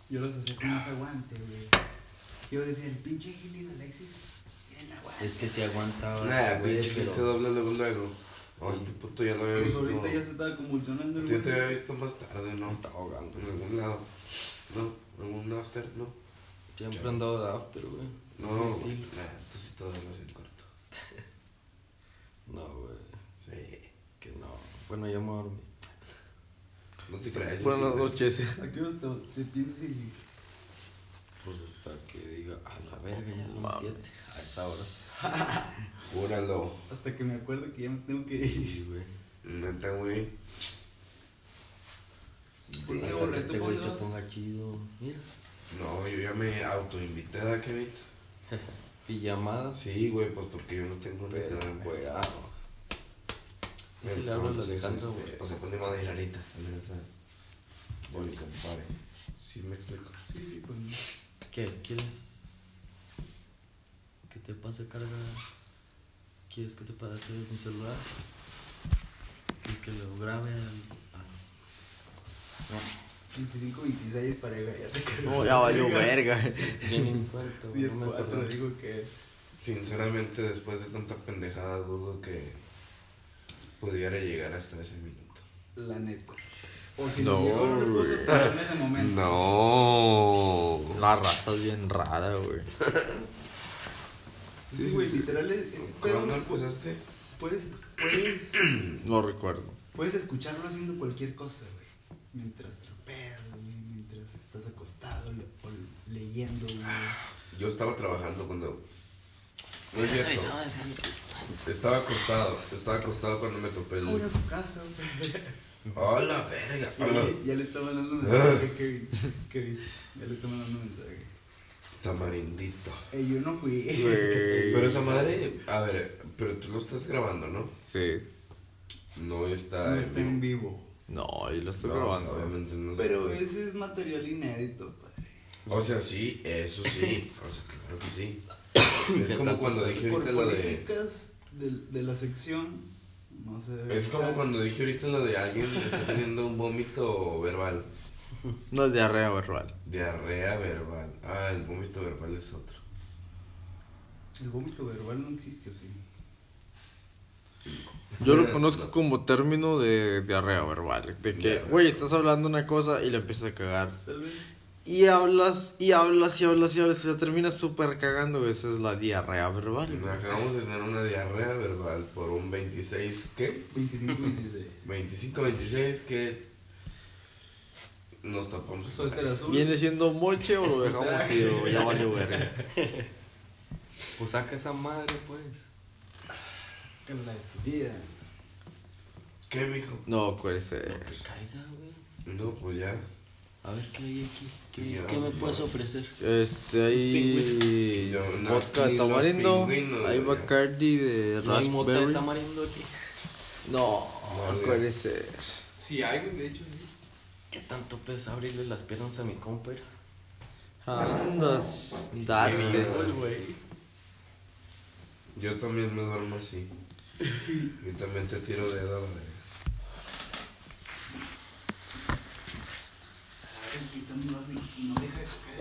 Speaker 7: Yo los hacía con ese aguante, güey. Yo decía, el pinche Gilly de Alexis. tiene aguante.
Speaker 6: Es que si aguantaba.
Speaker 3: Nah,
Speaker 6: güey,
Speaker 3: pinche que
Speaker 6: pero-
Speaker 3: se dobla luego luego. Oh, este puto ya lo había
Speaker 4: pues
Speaker 3: visto.
Speaker 4: ahorita ya se estaba convulsionando el
Speaker 3: Yo te
Speaker 4: güey.
Speaker 3: había visto más tarde, ¿no? Está ahogando. En algún lado. No, en un after, no.
Speaker 6: Siempre andaba de after, güey.
Speaker 3: No,
Speaker 6: Es mi
Speaker 3: no,
Speaker 6: estilo.
Speaker 3: nah, tú sí te doblas el corto.
Speaker 6: No, güey.
Speaker 3: Sí.
Speaker 6: Que no. Bueno, ya me voy a dormir.
Speaker 3: No te creas. yo
Speaker 2: Buenas
Speaker 3: sí, güey.
Speaker 2: noches.
Speaker 4: ¿A qué hora te, te piensas y
Speaker 6: Pues hasta que diga, a la verga, ya son las
Speaker 2: Mames.
Speaker 6: 7. A esta hora.
Speaker 3: Júralo.
Speaker 4: hasta que me acuerdo que ya me tengo que ir?
Speaker 6: Sí, güey.
Speaker 3: Neta, güey.
Speaker 4: Porque
Speaker 6: Hasta que
Speaker 4: borré
Speaker 6: este
Speaker 4: tu
Speaker 6: güey se
Speaker 4: bolsa.
Speaker 6: ponga chido. Mira.
Speaker 3: No, yo ya me autoinvité a Kevin.
Speaker 6: Pijamadas.
Speaker 3: Sí, güey, pues porque yo no tengo
Speaker 6: Ah. Pero
Speaker 3: invitada, güey.
Speaker 6: cuerados. Yo sí le hablo a la
Speaker 3: Entonces,
Speaker 6: Alejandra,
Speaker 3: este,
Speaker 6: güey.
Speaker 3: O sea, ponle madre ahorita. De mi compadre. Sí, me explico.
Speaker 4: Sí, sí, pues.
Speaker 6: ¿Qué? ¿Quieres que te pase carga? ¿Quieres que te pase mi celular? ¿Quieres que lo grabe? al- al-
Speaker 4: 25, 26 para ir allá.
Speaker 2: No, ya valió verga.
Speaker 6: No, ya ni me cuento, güey,
Speaker 4: 10,
Speaker 6: no me
Speaker 4: 4,
Speaker 6: acuerdo.
Speaker 4: digo que.
Speaker 3: Sinceramente, después de tanta pendejada, dudo que pudiera llegar hasta ese minuto.
Speaker 4: La neta. O si
Speaker 2: No,
Speaker 4: no, llegó, no le puso
Speaker 2: güey.
Speaker 4: cuidado en ese momento.
Speaker 2: No. La raza es bien rara, güey.
Speaker 4: Sí, güey, literal es. es- pero- pues,
Speaker 3: ¿Cuándo empezaste?
Speaker 4: puedes, puedes,
Speaker 2: No recuerdo.
Speaker 4: puedes escucharlo haciendo cualquier cosa, güey. Mientras tropeas, güey, mientras estás acostado le- o leyendo, güey.
Speaker 3: Yo estaba trabajando cuando. No es cierto. Estaba acostado. Estaba acostado cuando me topé el.
Speaker 4: Voy a su casa, güey.
Speaker 3: ¡Hola, verga!
Speaker 4: Ya- Ya le está mandando mensaje a Kevin. Kevin, ya le está mandando mensaje.
Speaker 3: Tamarindito.
Speaker 4: Ey, yo no fui.
Speaker 2: Güey.
Speaker 3: Pero esa madre. A ver, pero tú lo estás grabando, ¿no?
Speaker 2: Sí.
Speaker 3: No está.
Speaker 4: No
Speaker 3: en
Speaker 4: está
Speaker 3: vivo.
Speaker 4: en vivo.
Speaker 2: No, yo
Speaker 3: No,
Speaker 2: lo estoy
Speaker 3: o sea, pues,
Speaker 2: grabando.
Speaker 3: obviamente no se
Speaker 4: Pero
Speaker 3: puede.
Speaker 4: ese es material inédito, padre.
Speaker 3: O sea, sí, eso sí. O sea, claro que sí.
Speaker 6: Ya
Speaker 3: pues, Es como
Speaker 6: tanto
Speaker 3: cuando
Speaker 6: te-
Speaker 3: dije
Speaker 4: Por
Speaker 3: ahorita lo de.
Speaker 4: políticas de, de la sección, no se debe.
Speaker 3: Es como
Speaker 4: usar.
Speaker 3: cuando dije ahorita lo de alguien está teniendo un vómito verbal.
Speaker 2: No es diarrea verbal.
Speaker 3: Diarrea verbal. Ah, el vómito verbal es otro.
Speaker 4: El vómito verbal no existe, ¿o sí?
Speaker 2: Yo lo conozco como término de diarrea verbal. De que, güey, estás hablando una cosa y la empiezas a cagar.
Speaker 4: Tal vez.
Speaker 2: Y hablas, y hablas, y hablas, y hablas, y la terminas súper cagando. güey. Esa es la diarrea verbal. güey.
Speaker 3: Acabamos de tener una diarrea verbal por un 26, ¿qué?
Speaker 4: 25, 26.
Speaker 3: 25, 26, que nos tapamos.
Speaker 4: Suéter azul.
Speaker 2: ¿Viene siendo moche o lo dejamos así o ya valió verga?
Speaker 6: Pues saca esa madre, pues.
Speaker 4: En la vida.
Speaker 3: ¿Qué, mijo?
Speaker 2: No, pues, eh,
Speaker 6: Que caiga, güey.
Speaker 3: No, pues ya.
Speaker 6: A ver qué hay aquí. ¿Qué,
Speaker 3: Ya,
Speaker 6: qué me
Speaker 3: ya.
Speaker 6: puedes ofrecer?
Speaker 2: este, hay
Speaker 3: Yo, no,
Speaker 2: vodka
Speaker 3: ni
Speaker 2: de
Speaker 3: los
Speaker 2: tamarindo,
Speaker 3: pingüinos,
Speaker 2: hay
Speaker 3: güey.
Speaker 2: Bacardi de
Speaker 6: No hay mota de
Speaker 2: raspberry.
Speaker 6: tamarindo aquí.
Speaker 2: No,
Speaker 3: No, güey.
Speaker 2: puede ser.
Speaker 4: Sí, hay, güey, de hecho, sí.
Speaker 6: ¿Qué tanto peso abrirle las piernas a mi compa? era?
Speaker 2: Andas,
Speaker 3: Sí,
Speaker 2: date.
Speaker 3: güey.
Speaker 4: güey.
Speaker 3: Yo también me duermo así. Y también te tiro dedo a la verga.
Speaker 4: Ay, quítame el vaso y no deja de tocar.